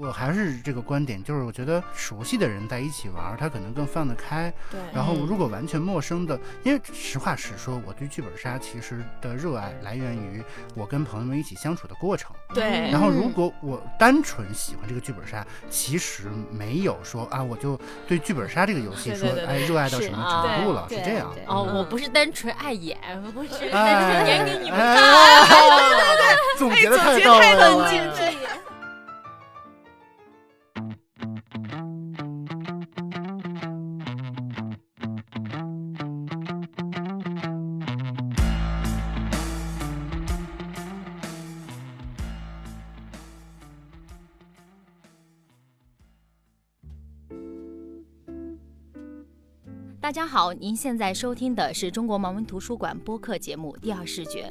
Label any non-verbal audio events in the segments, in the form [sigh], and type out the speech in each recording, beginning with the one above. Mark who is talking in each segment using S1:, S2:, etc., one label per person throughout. S1: 我还是这个观点，就是我觉得熟悉的人在一起玩儿，他可能更放得开。
S2: 对，
S1: 然后如果完全陌生的，因为实话实说，我对剧本杀其实的热爱来源于我跟朋友们一起相处的过程。
S2: 对
S1: 然后，如
S2: 嗯
S1: 果我单纯喜欢这个剧本杀，其实没有说啊，我就对剧本杀这个游戏
S2: 对
S1: 说
S2: 对对，对
S1: 哎，热爱到
S2: 是
S1: 什
S3: 啊
S1: 么程度了，是
S2: 对
S1: 这样
S2: 对。
S3: 哦，
S1: 嗯
S3: 我不是单纯爱演，我是单
S1: 哎
S3: 纯演给你们
S1: 哎
S3: 看。
S1: 总结的
S2: 哎总
S1: 太
S2: 结
S1: 到
S2: 太
S1: 位
S2: 冷
S1: 了。哎
S2: 静致远。
S3: 大家好，您现在收听的是中国盲文图书馆播客节目《第二视觉》，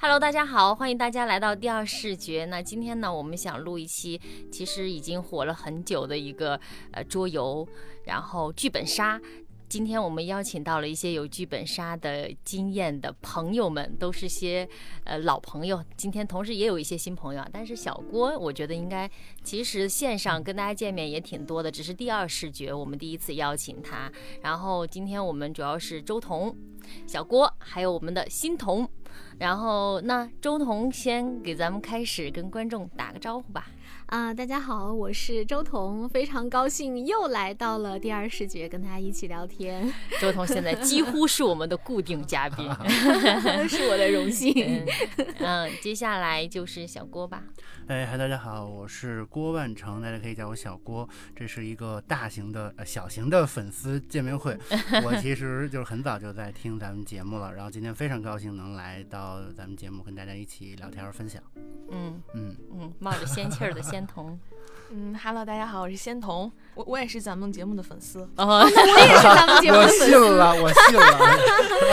S3: Hello，大家好，欢迎大家来到第二视觉。那今天呢，我们想录一期其实已经火了很久的一个呃桌游，然后剧本杀。今天我们邀请到了一些有剧本杀的经验的朋友们，都是些呃老朋友。今天同时也有一些新朋友啊，但是小郭我觉得应该其实线上跟大家见面也挺多的，只是第二视觉我们第一次邀请他。然后今天我们主要是周彤、小郭，还有我们的新彤。然后那周彤先给咱们开始跟观众打个招呼吧。
S4: 啊、大家好，我是周彤，非常高兴又来到了第二视觉，跟大家一起聊天，
S3: 周彤现在几乎是我们的固定嘉宾。
S4: 是我的荣幸。
S3: 嗯嗯，接下来就是小郭吧。
S1: 哎，嗨，大家好，我是郭万成，大家可以叫我小郭。这是一个大型的、呃、小型的粉丝见面会。我其实就是很早就在听咱们节目了，然后今天非常高兴能来到咱们节目，跟大家一起聊天儿分享。
S3: 嗯
S1: 嗯，
S3: 嗯，冒着仙气儿的仙童。
S2: 嗯，Hello，大家好，我是仙童，我我也是咱们节目的粉丝。
S3: 哦，
S4: 我也是咱们节目
S1: 我
S4: 的粉
S1: 信
S4: 丝。
S1: 了，我信了。嗯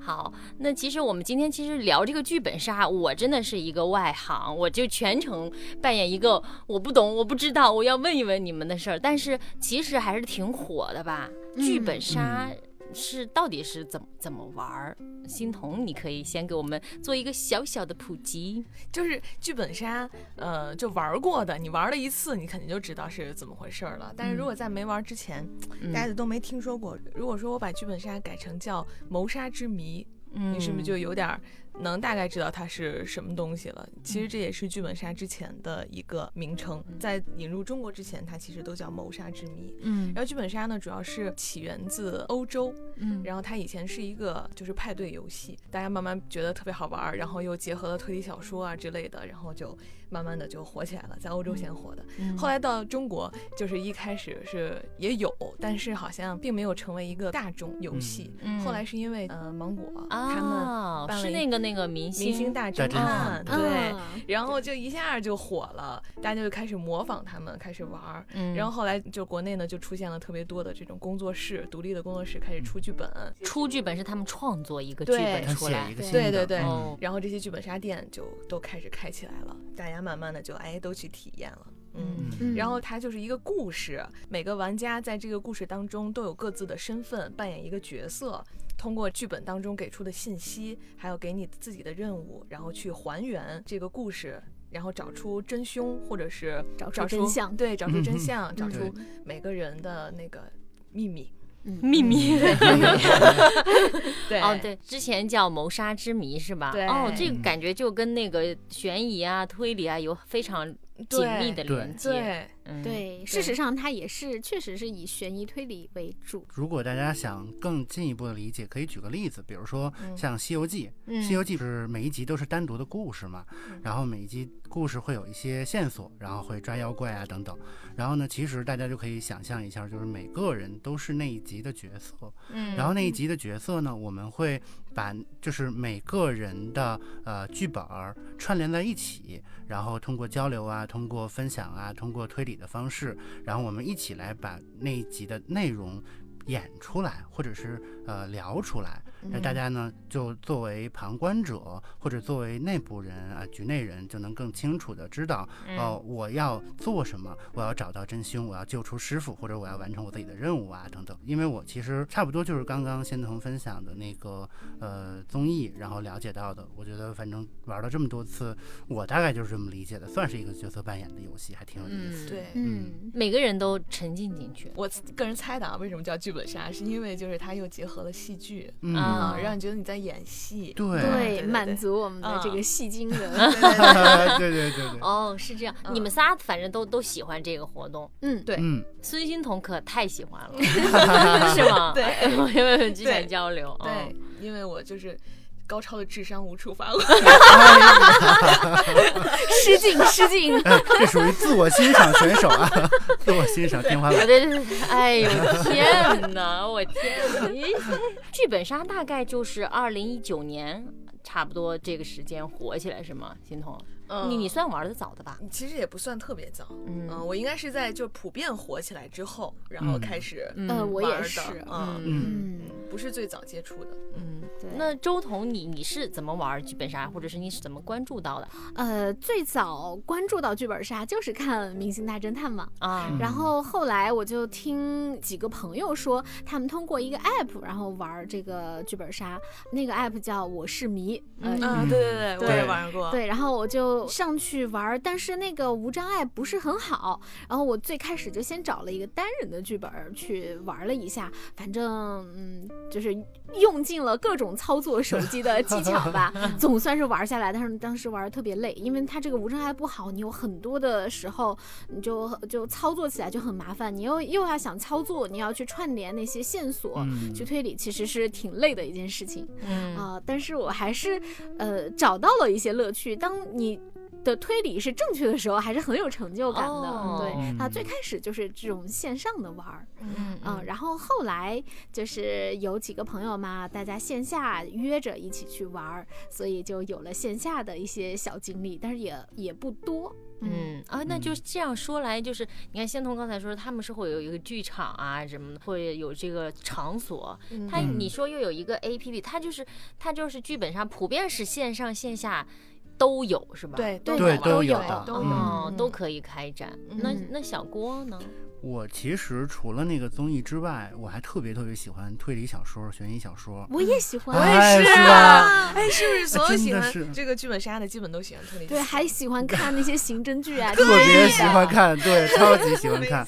S3: 好，那其实我们今天其实聊这个剧本杀，我真的是一个外行，我就全程扮演一个我不懂、我不知道，我要问一问你们的事儿。但是其实还是挺火的吧？剧
S2: 嗯
S3: 本杀是到底是怎么怎么玩儿？欣桐，你可以先给我们做一个小小的普及。
S2: 就是剧本杀，呃，就玩过的，你玩了一次，你肯定就知道是怎么回事儿了。但是如果在没玩之前，大家
S3: 嗯，
S2: 都没听说过。如果说我把剧本杀改成叫谋杀之谜，你是不是就
S3: 嗯
S2: 有点儿能大概知道它是什么东西了？其
S3: 嗯
S2: 实这也是剧本杀之前的一个名称，在引入中国之前，它其实都叫谋杀之谜。
S3: 嗯
S2: 然后剧本杀呢，主要是起源自欧洲，
S3: 嗯
S2: 然后它以前是一个就是派对游戏，大家慢慢觉得特别好玩儿，然后又结合了推理小说啊之类的，然后就慢慢的就火起来了，在欧洲先火的。
S3: 嗯
S2: 后来到中国，就是一开始是也有，但是好像并没有成为一个大众游戏。
S3: 嗯
S2: 后来是因为呃芒果、他们
S3: 啊，
S2: 办了
S3: 是
S2: 一
S3: 那个那个明星
S2: 明星大侦
S1: 大侦
S2: 探，
S1: 探
S2: 对。
S4: 嗯
S2: 然后就一下就火了，大家就开始模仿他们，开始玩儿。
S3: 嗯，
S2: 然后后来就国内呢就出现了特别多的这种工作室，独立的工作室开始出剧本，
S3: 出剧本是他们创作一个剧
S2: 对
S3: 本
S1: 他
S3: 出
S1: 写
S3: 来
S1: 一。个
S4: 对
S1: 新
S2: 对
S1: 的
S2: 对对
S1: 嗯
S3: 哦，
S2: 然后这些剧本杀店就都开始开起来了，大家慢慢的就哎都去体验了，嗯。
S3: 嗯
S4: 嗯
S2: 然后它就是一个故事，每个玩家在这个故事当中都有各自的身份，扮演一个角色，通过剧本当中给出的信息，还有给你自己的任务，然后去还原这个故事。然后找出真凶，或者是
S4: 找出
S2: 找出
S4: 真相
S2: 对，找出真相，找
S4: 嗯
S2: 出每个人的那个秘密。
S4: 嗯
S3: 秘
S2: 嗯
S3: 密。
S2: 对
S3: 哦，，对，之前叫《谋杀之谜》是吧？
S2: 对
S3: 哦，这个
S1: 嗯
S3: 感觉就跟那个悬疑啊、推理啊有非常紧
S2: 对
S3: 密的
S1: 对
S3: 连接。
S2: 对，
S3: 嗯，
S4: 对，事实上它也是确实是以悬疑推理为主。
S1: 如果大家想更进一步的理解，可以举个例子，比如说像《西游记》，西游记》是每一集都是单独的故事嘛，然后每一集故事会有一些线索，然后会抓妖怪啊等等。然后呢，其实大家就可以想象一下，就是每个人都是那一集的角色，
S3: 嗯，
S1: 然后那一集的角色呢，我们会把就是每个人的呃剧本儿串联在一起，然后通过交流啊，通过分享啊，通过推理的方式，然后我们一起来把那一集的内容演出来，或者是呃聊出来。那大家呢，就作为旁观者或者作为内部人啊、局内人，就能更清楚的知道，
S2: 嗯
S3: 嗯
S1: 哦，我要做什么，我要找到真凶，我要救出师傅，或者我要完成我自己的任务啊，等等。因为我其实差不多就是刚刚仙童分享的那个呃综艺，然后了解到的。我觉得反正玩了这么多次，我大概就是这么理解的，算是一个角色扮演的游戏，还挺有意思。
S3: 嗯，
S2: 对，
S4: 嗯，
S3: 每个人都沉浸进去，
S2: 我个人猜的啊，为什么叫剧本杀，是因为就是它又结合了戏剧，
S1: 嗯，
S3: 啊
S1: [laughs]
S2: 啊，让你觉得你在演戏。
S1: 对
S2: 对
S4: 对，
S2: 对
S4: 满
S2: 对
S4: 足我们的这
S2: 啊
S4: 个戏精
S2: 对
S1: [laughs]
S4: 的，
S2: 对对
S1: 对对对对，
S3: 哦，是这样，
S2: 嗯
S3: 你们仨反正都都喜欢这个活动，
S4: 嗯，
S2: 对
S1: 嗯，
S3: 孙欣彤可太喜欢
S2: [laughs]
S3: 了，是吗？
S2: 对，
S3: [laughs] 我们之前
S2: 对
S3: 交流，哦
S2: 对，因为我就是高超的智商无处发挥。
S1: [laughs]
S4: 失敬失敬，
S1: 哎这属于自我欣赏选手啊， [laughs] 自我欣赏天花
S3: 对
S2: [laughs]
S1: 板。
S3: 对对对，哎呦天哪，我天哪！你剧本杀大概就是二零一九年差不多这个时间火起来是吗？欣彤，
S2: 嗯
S3: 你你算玩的早的吧？
S2: [laughs] 其实也不算特别早，
S3: 嗯
S2: 嗯，我应该是在就普遍火起来之后，然后
S1: 嗯
S2: 开始
S4: 呃，我
S2: 玩
S4: 也
S2: 的
S4: 是，
S2: 嗯
S1: 嗯
S4: 嗯，
S2: 不是最早接触的。
S3: 嗯，
S4: 对
S3: 那周彤，你你是怎么玩剧本杀，或者是你是怎么关注到的
S4: 呃，最早关注到剧本杀就是看《明星大侦探》嘛。
S3: 啊？
S1: 嗯
S4: 然后后来我就听几个朋友说，他们通过一个 app，然后玩这个剧本杀，那个 app 叫“我是迷”，呃，
S2: 啊，
S1: 嗯
S2: 对对对，我也
S1: 对
S2: 玩过。
S4: 对，然后我就上去玩儿，但是那个无障碍不是很好。然后我最开始就先找了一个单人的剧本儿去玩了一下，反正嗯，就是用尽了各种操作手机的技巧吧，总算是玩下来。但是当时玩的特别累，因为它这个无障碍不好，你有很多的时候你就就操作起来就很麻烦，你又又要想操作，你要去串联那些线索。
S1: 嗯
S4: 去推理其实是挺累的一件事情，
S3: 嗯
S4: 啊、但是我还是呃找到了一些乐趣。当你的推理是正确的时候，还是很有成就感的。
S3: 哦
S4: 对，那
S1: 嗯
S4: 最开始就是这种线上的玩儿，
S3: 嗯
S4: 嗯、然后后来就是有几个朋友嘛，大家线下约着一起去玩儿，所以就有了线下的一些小经历，但是也也不多。
S3: 嗯啊，那
S1: 嗯
S3: 就是这样说来，就是你看仙童刚才说他们是会有一个剧场啊什么的，会有这个场所。
S2: 嗯
S3: 他
S1: 嗯
S3: 你说又有一个 A P P，它就是它就是剧本上普遍是线上线下都有是吧？，
S2: 对
S4: 对
S1: 对
S2: 对对
S1: 都有
S4: 有
S1: 的，
S2: 都有
S1: 嗯。
S3: 哦，都可以开展。那
S4: 嗯
S3: 那小郭呢？
S1: 我其实除了那个综艺之外，我还特别特别喜欢推理小说、悬疑小说。
S4: 我也啊喜欢。
S1: 哎
S2: 是
S1: 是吧？
S2: 啊，哎，是不是所有
S1: 真
S2: 喜
S1: 的
S2: 欢
S1: 是
S2: 这个剧本杀的，基本都喜欢推理？
S4: 对，还喜欢看那些刑侦剧啊，
S1: 特别喜欢看，
S4: [laughs]
S1: 对，超级喜欢看，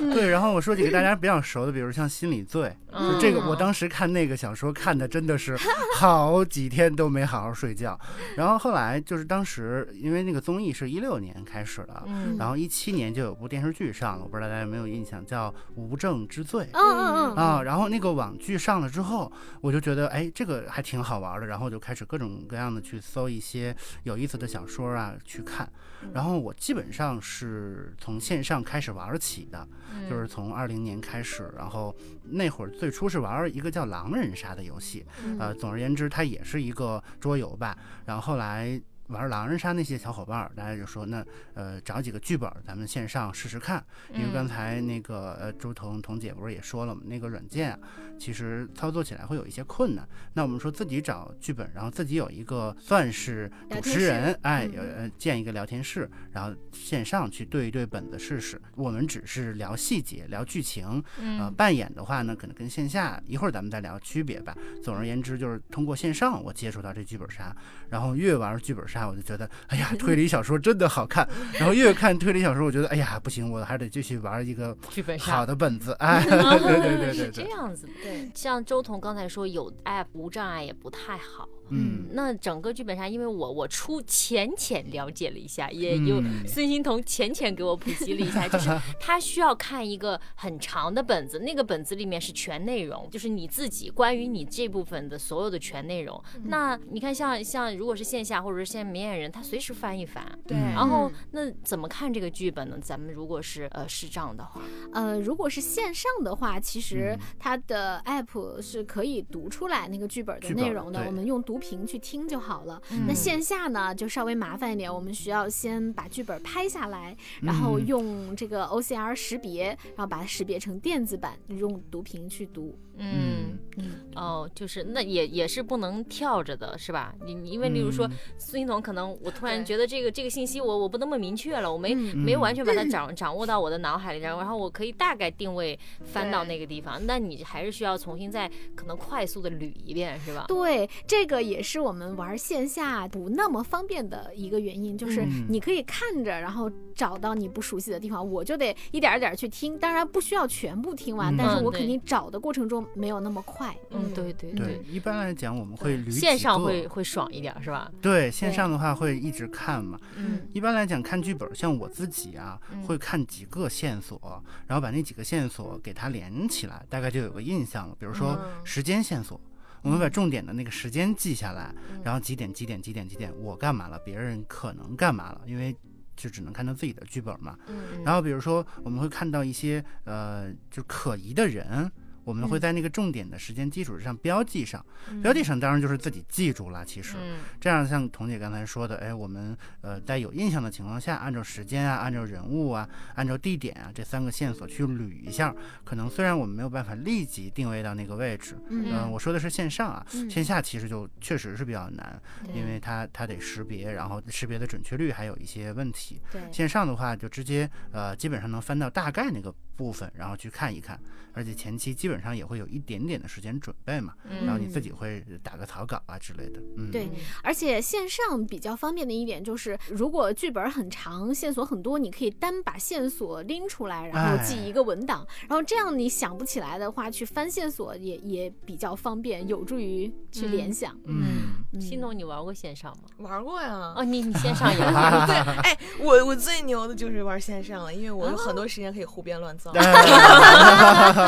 S4: 嗯
S1: 对。然后我说几个大家比较熟的，比如像《心理罪》，就这
S4: 嗯
S1: 个我当时看那个小说看的真的
S4: [laughs]
S1: 是好几天都没好好睡觉。然后后来就是当时因为那个综艺是一六年开始的，
S3: 嗯
S1: 然后一七年就有部电视剧上了，我不知道大家有没有印象，叫《无证之罪》。
S4: 嗯嗯嗯，
S1: 啊，然后那个网剧上了之后，我就觉得哎，这个还挺好玩的，然后我就开始各种各样的去搜一些有意思的小说啊去看，然后我基本上是从线上开始玩起的，就是从二零年开始，然后那会儿最初是玩一个叫狼人杀的游戏，
S4: 嗯
S1: 呃，总而言之，它也是一个桌游吧，然后后来。玩狼人杀那些小伙伴儿，大家就说那呃找几个剧本儿，咱们线上试试看。因为
S3: 嗯
S1: 刚才那个呃周彤彤姐不是也说了嘛，那个软件啊，其实操作起来会有一些困难。那我们说自己找剧本，然后自己有一个算是主持人，哎，有呃建一个聊天室，然后线上去对一对本子试试。我们只是聊细节，聊剧情，呃，扮演的话呢，可能跟线下一会儿咱们再聊区别吧。总而言之，就是通过线上我接触到这剧本杀，然后越玩剧本杀，我就觉得，哎呀，推理小说真的好
S3: [laughs]
S1: 看。然后越看推理小说，我觉得，哎呀，不行，我还得继续玩一个
S3: 剧本
S1: 好的本
S3: [laughs]
S1: 子。哎，对对对对
S3: 是
S1: 对
S3: 这
S1: 对，
S3: 样子的。
S2: 对，
S3: 像周彤刚才说有 app 无障碍也不太好，
S1: 嗯，
S3: 那整个剧本杀，因为我我初浅浅了解了一下，也有
S1: 嗯
S3: 孙欣彤浅浅给我普及了一下，
S1: [laughs]
S3: 就是他需要看一个很长的本子，那个本子里面是全内容，就是你自己关于你这部分的所有的全内容。那你看像像如果是线下或者是线明眼人，他随时翻一翻。
S2: 对，
S1: 嗯
S3: 然后
S4: 嗯
S3: 那怎么看这个剧本呢？咱们如果是呃视障的话，
S4: 呃，如果是线上的话，其实
S1: 嗯
S4: 它的 app 是可以读出来那个剧本的
S1: 剧本
S4: 内容的，
S1: 对
S4: 我们用读屏去听就好了。
S1: 嗯
S4: 那线下呢，就稍微麻烦一点，我们需要先把剧本拍下来，然后
S1: 嗯
S4: 用这个 OCR 识别，然后把它识别成电子版，用读屏去读。
S3: 嗯
S4: 嗯，
S3: 哦，就是那也也是不能跳着的，是吧？你你因为例如说
S1: 嗯
S3: 孙一彤，可能我突然
S2: 对
S3: 觉得这个这个信息我我不那么明确了，我没、
S4: 嗯
S3: 没完全把它掌掌握到我的脑海里，然后然后我可以大概定位翻到
S2: 对
S3: 那个地方，那你还是需要重新再可能快速的捋一遍，是吧？
S4: 对，这个也是我们玩线下不那么方便的一个原因，就是
S1: 嗯
S4: 你可以看着，然后找到你不熟悉的地方，我就得一点儿一点儿去听，当然不需要全部听完，
S1: 嗯
S4: 但是
S3: 嗯
S4: 我肯
S3: 对
S4: 定找的过程中没有那么快。
S3: 嗯，对对
S1: 对，一般来讲我们会捋
S3: 线
S1: 几
S3: 上
S1: 个
S3: 会会爽一点，是吧？
S1: 对线
S4: 对
S1: 上的话会一直看嘛。
S3: 嗯
S1: 一般来讲看剧本，像我自己啊
S3: 嗯，
S1: 会看几个线索，然后把那几个线索给它连起来，大概就有个印象了。比如说
S2: 嗯
S1: 时间线索。我
S3: 嗯
S1: 们把重点的那个时间记下来，然后几点几点几点几点我干嘛了，别人可能干嘛了，因为就只能看到自己的剧本嘛。
S3: 嗯，
S1: 然后比如说我们会看到一些呃，就可疑的人，我们会
S4: 嗯
S1: 在那个重点的时间基础之上标记上，标记上当然就是自己记住了，其实。
S3: 嗯
S1: 这样像彤姐刚才说的，哎，我们呃在有印象的情况下，按照时间啊，按照人物啊，按照地点啊这三个线索去捋一下，可能虽然我们没有办法立即定位到那个位置，
S4: 嗯
S1: 嗯，我说的是线上啊，
S4: 嗯
S1: 线下其实就确实是比较难，
S3: 对
S1: 因为它它得识别，然后识别的准确率还有一些问题。
S4: 对，
S1: 线上的话，就直接呃，基本上能翻到大概那个部分，然后去看一看，而且前期基本上也会有一点点的时间准备嘛，
S3: 嗯
S1: 然后你自己会打个草稿啊之类的，嗯，
S4: 对而且线上比较方便的一点就是，如果剧本很长，线索很多，你可以单把线索拎出来，然后
S1: 哎
S4: 记一个文档，然后这样你想不起来的话，去翻线索也也比较方便，有助于去联想。
S1: 嗯，
S4: 嗯
S3: 新东，你玩过线上吗？
S2: 玩
S3: [laughs]
S2: 过呀。
S3: 哦，你你线上也
S2: 我
S3: 玩
S2: 最哎，我我最牛的就是玩线上了，因为我有很多时间可以胡编乱造。
S3: [laughs]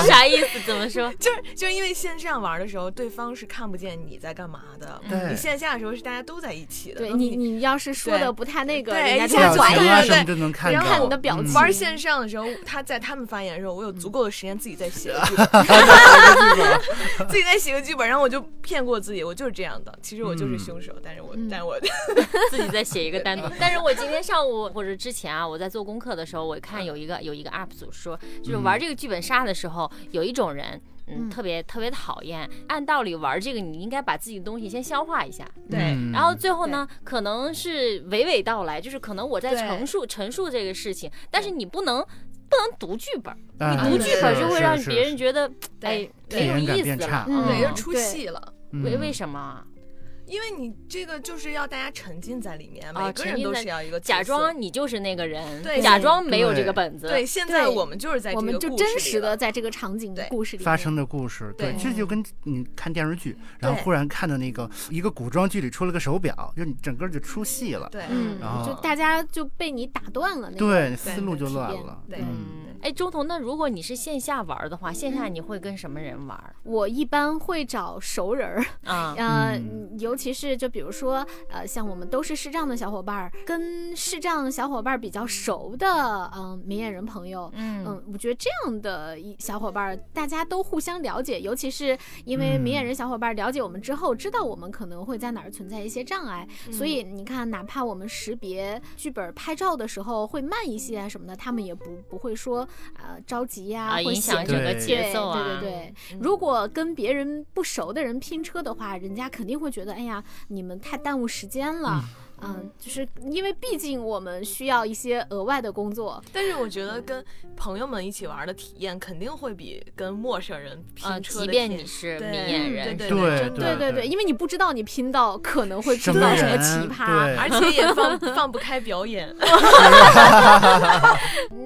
S3: 啥意思？怎么说？
S2: [laughs] 就是就是因为线上玩的时候，对方是看不见你在干嘛的；
S1: 对
S2: 你线下的时候是大家都在一起的。
S4: 对
S2: 然后
S4: 你你要是说的
S2: 对
S4: 不太那个，
S2: 对
S4: 人
S2: 一
S1: 表
S4: 家就
S2: [laughs] 下就
S4: 怀疑
S1: 情
S2: 对
S1: 啊
S4: 了
S2: 对
S1: 什么
S2: 对
S1: 都能看
S2: 然后
S1: 到
S4: 我的表
S1: 嗯
S4: 情
S2: 玩线上的时候，他在他们发言的时候，我有足
S4: 嗯
S2: 够的时间自己在写个剧
S4: [laughs]
S2: 本， [laughs] 自己在写个剧本，然后我就骗过自己，我就是这样的，其实我就是凶手，但是我
S4: 嗯
S2: 但是 [laughs] 我
S3: 自己再写一个单独。 [laughs] 但是我今天上午或者之前啊，我在做功课的时候，我看有一个有一个 UP 主说，就是玩这个剧本杀的时候，有一种人。嗯，
S4: 嗯
S3: 特别特别讨厌。按道理玩这个，你应该把自己的东西先消化一下，
S2: 对
S1: 嗯
S3: 然后最后呢，可能是娓娓道来，就是可能我在
S2: 对
S3: 陈述陈述这个事情，但是你不能不能读剧本，
S1: 啊
S3: 你读剧本就会让
S1: 是是
S3: 别人觉得
S2: 对
S3: 哎没
S1: 体
S3: 有
S1: 验感
S3: 意
S1: 变
S3: 思了
S1: 差，嗯
S4: 嗯
S2: 对，
S4: 对
S2: 就出戏了。
S3: 为为
S1: 什
S3: 什么啊？
S2: 因为你这个就是要大家沉浸在里面，
S4: 哦
S3: 啊
S2: 每个人都是要一个角
S3: 假
S2: 色
S3: 装你就是那个人，
S2: 对
S3: 假装没有
S1: 对
S3: 这个本子，
S2: 对。现在
S4: 对
S2: 我们就是在
S4: 我
S2: 这
S4: 们
S2: 个
S4: 就
S2: 故
S4: 真
S2: 事里
S4: 实的
S2: 了
S4: 在这个场景
S2: 对
S4: 故事里
S1: 发
S4: 面
S1: 生的故事？对，
S2: 对
S1: 这就跟你看电视剧，然后
S2: 对
S1: 忽然看到那个一个古装剧里出了个手表，就你整个就出戏了，
S2: 对，
S4: 嗯
S1: 然后，
S4: 就大家就被你打断了那个。
S1: 对，思路就
S4: 体
S1: 乱
S4: 验
S1: 了，
S2: 对
S1: 嗯。
S3: 嗯，哎，中彤，那如果你是线下玩的话，线下你会跟什么人玩
S4: 我一般会找熟人儿，
S3: 啊？
S4: 呃，
S1: 嗯
S4: 尤其是就比如说，呃，像我们都是视障的小伙伴儿，跟视障小伙伴儿比较熟的，嗯、明眼人朋友。
S3: 嗯
S4: [laughs] 嗯，我觉得这样的一小伙伴儿，大家都互相了解，尤其是因为
S1: 嗯
S4: 明眼人小伙伴儿了解我们之后，知道我们可能会在哪儿存在一些障碍，
S2: 嗯
S4: 所以你看，哪怕我们识别剧本拍照的时候会慢一些啊什么的，他们也不不会说呃着急呀、
S3: 啊，
S4: 或
S3: 影响
S4: 显
S3: 整
S1: 这
S4: 着
S3: 个
S1: 对
S3: 节奏啊，
S4: 对对对对，如果跟别人不熟的人拼车的话，人家肯定会觉得，哎呀，你们太耽误时间了。嗯，就是因为毕竟我们需要一些额外的工作，
S2: 但是我觉得跟朋友们一起玩的体验肯定会比跟陌生人
S3: 啊，
S2: 拼车
S3: 即
S2: 的
S3: 便
S2: 体
S3: 你
S2: 验
S3: 是
S2: 对嗯
S3: 明眼人，
S1: 对
S2: 对真
S1: 对
S4: 对
S2: 的
S4: 对对，因为你不知道你拼到可能会
S1: 什
S4: 拼
S1: 么
S4: 到什么
S1: 人
S4: 奇葩。
S1: 对
S2: 而且也
S3: [laughs]
S2: 放放不开表演，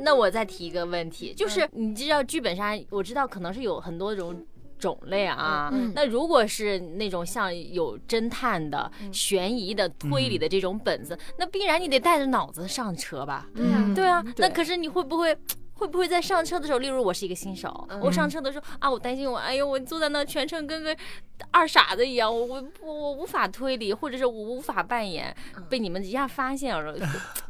S3: 那我再提一个问题，就是你知道剧本杀，我知道可能是有很多种种类啊。
S4: 嗯嗯
S3: 那如果是那种像有侦探的、
S2: 嗯
S3: 悬疑的、推理的这种本子，那必然你得带着脑子上车吧？
S4: 嗯
S3: 对啊，那
S4: 对
S3: 可是你会不会？会不会在上车的时候，例如我是一个新手，
S2: 嗯
S3: 我上车的时候啊，我担心我，哎呦，我坐在那全程跟个二傻子一样，我我我我无法推理，或者是我无法扮演，
S2: 嗯
S3: 被你们一下发现
S2: [laughs]
S3: 了，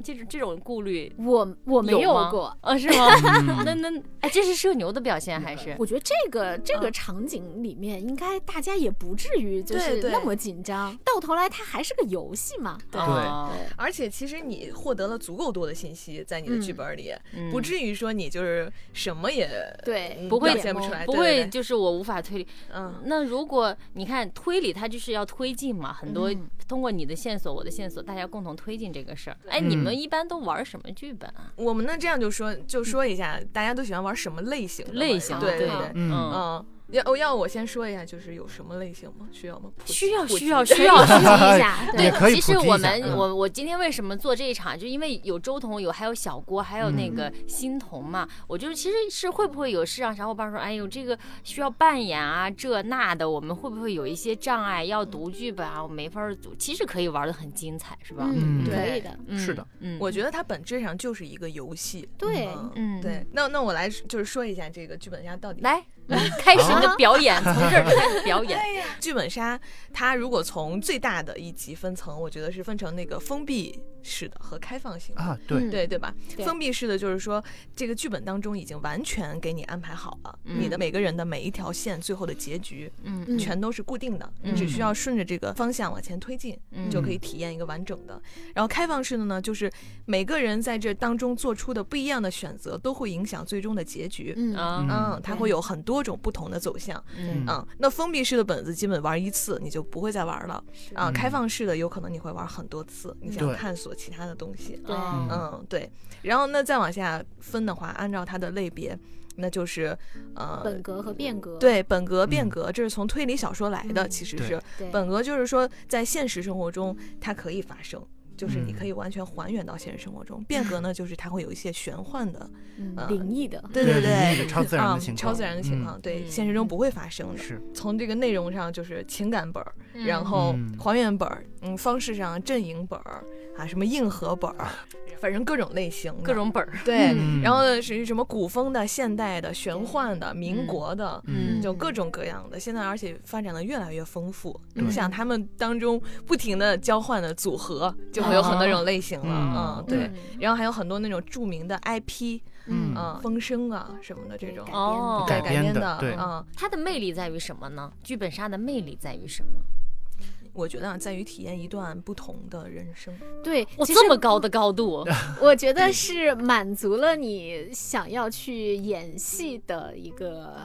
S3: 这种这种顾虑
S4: 我我没有
S3: 吗
S4: 过。
S3: 啊，是吗？ [laughs] [laughs] 那
S1: 嗯
S3: 那哎，这是社牛的表现还是？
S4: 我觉得这个这个
S2: 嗯
S4: 场景里面，应该大家也不至于就
S2: 对
S4: 是
S2: 对
S4: 那么紧张。到头来，它还是个游戏嘛。
S2: 对
S3: 哦
S2: 而且其实你获得了足够多的信息在你的剧
S4: 嗯
S2: 本里，
S3: 嗯
S2: 不至于说你就是什么也
S4: 对，
S2: 嗯
S3: 不会
S2: 表现不出来，
S3: 不
S2: 对对
S3: 会，
S2: 对
S3: 就是我无法推理。
S2: 嗯
S3: 那如果你看推理，它就是要推进嘛，很多
S4: 嗯
S3: 通过你的线索，我的线索，大家共同推进这个事儿。哎，
S1: 嗯
S3: 你们一般都玩什么剧本啊？
S2: 我们呢这样就说就说一下，大家都喜欢玩什么类型的嘛
S3: 嗯类型啊
S2: 对
S3: 对
S2: 对，
S1: 嗯
S2: 嗯。要哦要我先说一下，就是有什么类型吗？需要吗？普及
S3: 需要
S2: 普及
S3: 需要
S2: 一下
S3: 需要
S4: 提一下，
S1: 也
S4: 对，
S1: 可以
S3: 其实
S1: 普及一
S3: 我
S1: 下
S3: 们
S1: 嗯
S3: 我我今天为什么做这一场，就因为有周彤，有还有小郭，还有那
S1: 嗯
S3: 个欣桐嘛。我就是其实是会不会有是让小伙伴说，哎呦，这个需要扮演啊，这那的，我们会不会有一些障碍？要读剧本啊，我没法儿读。其实可以玩的很精彩，是吧？
S4: 嗯，
S1: 嗯
S4: 可
S2: 对
S4: 以的，
S3: 嗯
S1: 是的，
S3: 嗯，
S2: 我觉得它本质上就是一个游戏。
S4: 对，
S3: 嗯，
S2: 对，那那我来就是说一下这个剧本杀到底 [laughs]
S3: 来，开始你的表演，从这儿开始表演。
S2: 剧本杀，它如果从最大的一级分层，我觉得是分成那个封闭式的和开放型的。
S1: 啊，对，
S4: 嗯
S2: 对对吧？
S4: 对
S2: 封闭式的就是说，这个剧本当中已经完全给你安排好了，
S3: 嗯
S2: 你的每个人的每一条线最后的结局
S3: 嗯
S4: 嗯
S2: 全都是固定的，
S3: 嗯
S2: 你只需要顺着这个方向往前推进，
S3: 嗯
S2: 你就可以体验一个完整的。然后开放式的呢，就是每个人在这当中做出的不一样的选择，都会影响最终的结局。
S4: 嗯，
S3: 啊，
S2: 嗯，它
S4: 对
S2: 会有很多种不同的走向。
S3: 嗯
S1: 嗯
S2: 嗯，那封闭式的本子基本玩一次你就不会再玩了啊，
S1: 嗯
S2: 开放式的有可能你会玩很多次，你想
S1: 对
S2: 探索其他的东西。
S4: 对
S3: 嗯
S2: 嗯，对。然后那再往下分的话，按照它的类别，那就是呃
S4: 本，格和变革，
S2: 对，本格、变
S1: 嗯
S2: 革，这是从推理小说来的，
S4: 嗯
S2: 其实
S1: 对
S2: 是
S4: 对，
S2: 本格就是说在现实生活中它可以发生。就是你
S1: 嗯
S2: 可以完全还原到现实生活中，变革呢，就是它会有一些玄幻的，
S4: 嗯
S2: 呃
S4: 灵异的，
S2: 对对
S1: 那
S2: 对，
S1: 个超自然
S2: 啊
S1: 的情，况，
S2: 超自然的情
S1: 嗯
S2: 况，对，
S3: 嗯
S2: 现实中不会发生的。
S1: 是，
S2: 从这个内容上就是情感本儿，然后
S1: 嗯
S2: 还原本儿，嗯，方式上阵营本儿啊，什么硬核本儿，反正各种类型的，
S3: 各
S2: [laughs]
S3: 种本儿，
S2: 对。
S3: 嗯
S2: 然后呢是什么古风的、现代的、玄幻的、民国的，
S1: 嗯
S2: 就各种各样的。现在而且发展的越来越丰富，
S1: 对
S2: 你想他们当中不停的交换的组合，就会有很多种类型了。
S1: 哦嗯
S2: 嗯，对。然后还有很多那种著名的 IP，
S4: 嗯
S1: 嗯
S2: 嗯，风声啊什么的这
S4: 对
S2: 种。
S4: 改
S3: 哦
S2: 对，
S1: 改
S2: 改
S1: 编
S2: 编
S1: 的
S2: 的，
S1: 对
S2: 嗯，
S3: 它的魅力在于什么呢？剧本杀的魅力在于什么？
S2: 我觉得啊，在于体验一段不同的人生。
S4: 对，
S3: 哇，
S4: 其
S3: 这
S4: 实
S3: 么高的
S1: [laughs]
S3: 高度，嗯
S4: 我觉得是满足了你想要去演戏的一个。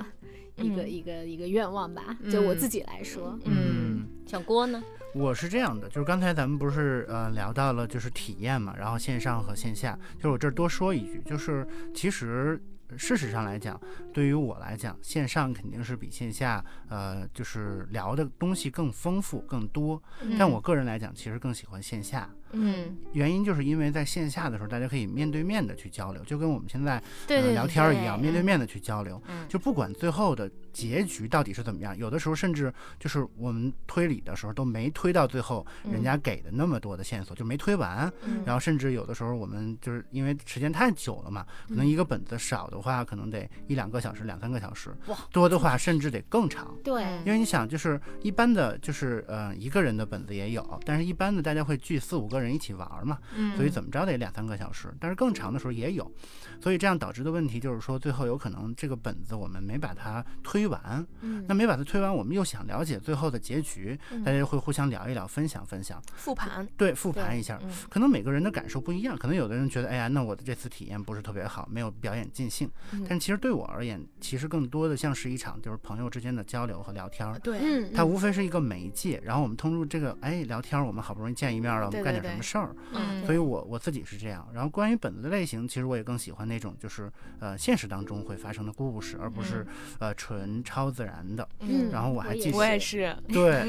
S4: 一个
S2: 嗯
S4: 一个一个愿望吧，就我自己来说，
S2: 嗯
S3: 小郭呢？
S1: 我是这样的，就是刚才咱们不是呃聊到了就是体验嘛，然后线上和线下，就是我这儿多说一句，就是其实。呃事实上来讲，对于我来讲，线上肯定是比线下，呃，就是聊的东西更丰富、更多。
S3: 嗯
S1: 但我个人来讲，其实更喜欢线下，
S2: 嗯
S1: 原因就是因为在线下的时候，大家可以面对面的去交流，就跟我们现在
S3: 对
S1: 呃、
S3: 对
S1: 聊天儿一样，面对，面的去交流。
S3: 嗯
S1: 就不管最后的结局到底是怎么样，有的时候甚至就是我们推理的时候都没推到最后，
S3: 嗯
S1: 人家给的那么多的线索就没推完。
S2: 嗯
S1: 然后甚至有的时候我们就是因为时间太久了嘛，可
S3: 嗯
S1: 能一个本子少的话，可能得一两个小时、两三个小时
S3: 哇，
S1: 多的话甚至得更长。
S4: 对，
S3: 嗯
S1: 因为你想，就是一般的，就是呃一个人的本子也有，但是一般的大家会聚四五个人一起玩儿嘛，所以怎么着得两三个小时，但是更长的时候也有，所以这样导致的问题就是说，最后有可能这个本子我们没把它推完，
S4: 嗯
S1: 那没把它推完，我们又想了解最后的结局，
S2: 嗯
S1: 大家会互相聊一聊，分享分享，
S2: 复盘，
S1: 对，复盘一下。
S2: 嗯
S1: 可能每个人的感受不一样，可能有的人觉得，哎呀，那我的这次体验不是特别好，没有表演尽兴。
S2: 嗯
S1: 但其实对我而言，其实更多的像是一场就是朋友之间的交流和聊天儿。
S2: 对，
S4: 嗯，
S1: 它无非是一个媒介，然后我们通过这个，哎，聊天儿，我们好不容易见一面了，我
S2: 对
S1: 们干
S2: 对
S1: 点什
S2: 对
S1: 么事儿，
S3: 嗯
S1: 所以我我自己是这样。然后关于本子的类型，其实我也更喜欢那种就是呃现实当中会发生的故事，而不
S2: 嗯
S1: 是、呃纯超自然
S2: [laughs]
S1: 的。
S4: 嗯
S1: 然后我还记
S4: 也
S1: 得
S2: 我也
S4: 是，
S2: 是， [laughs]
S1: 对，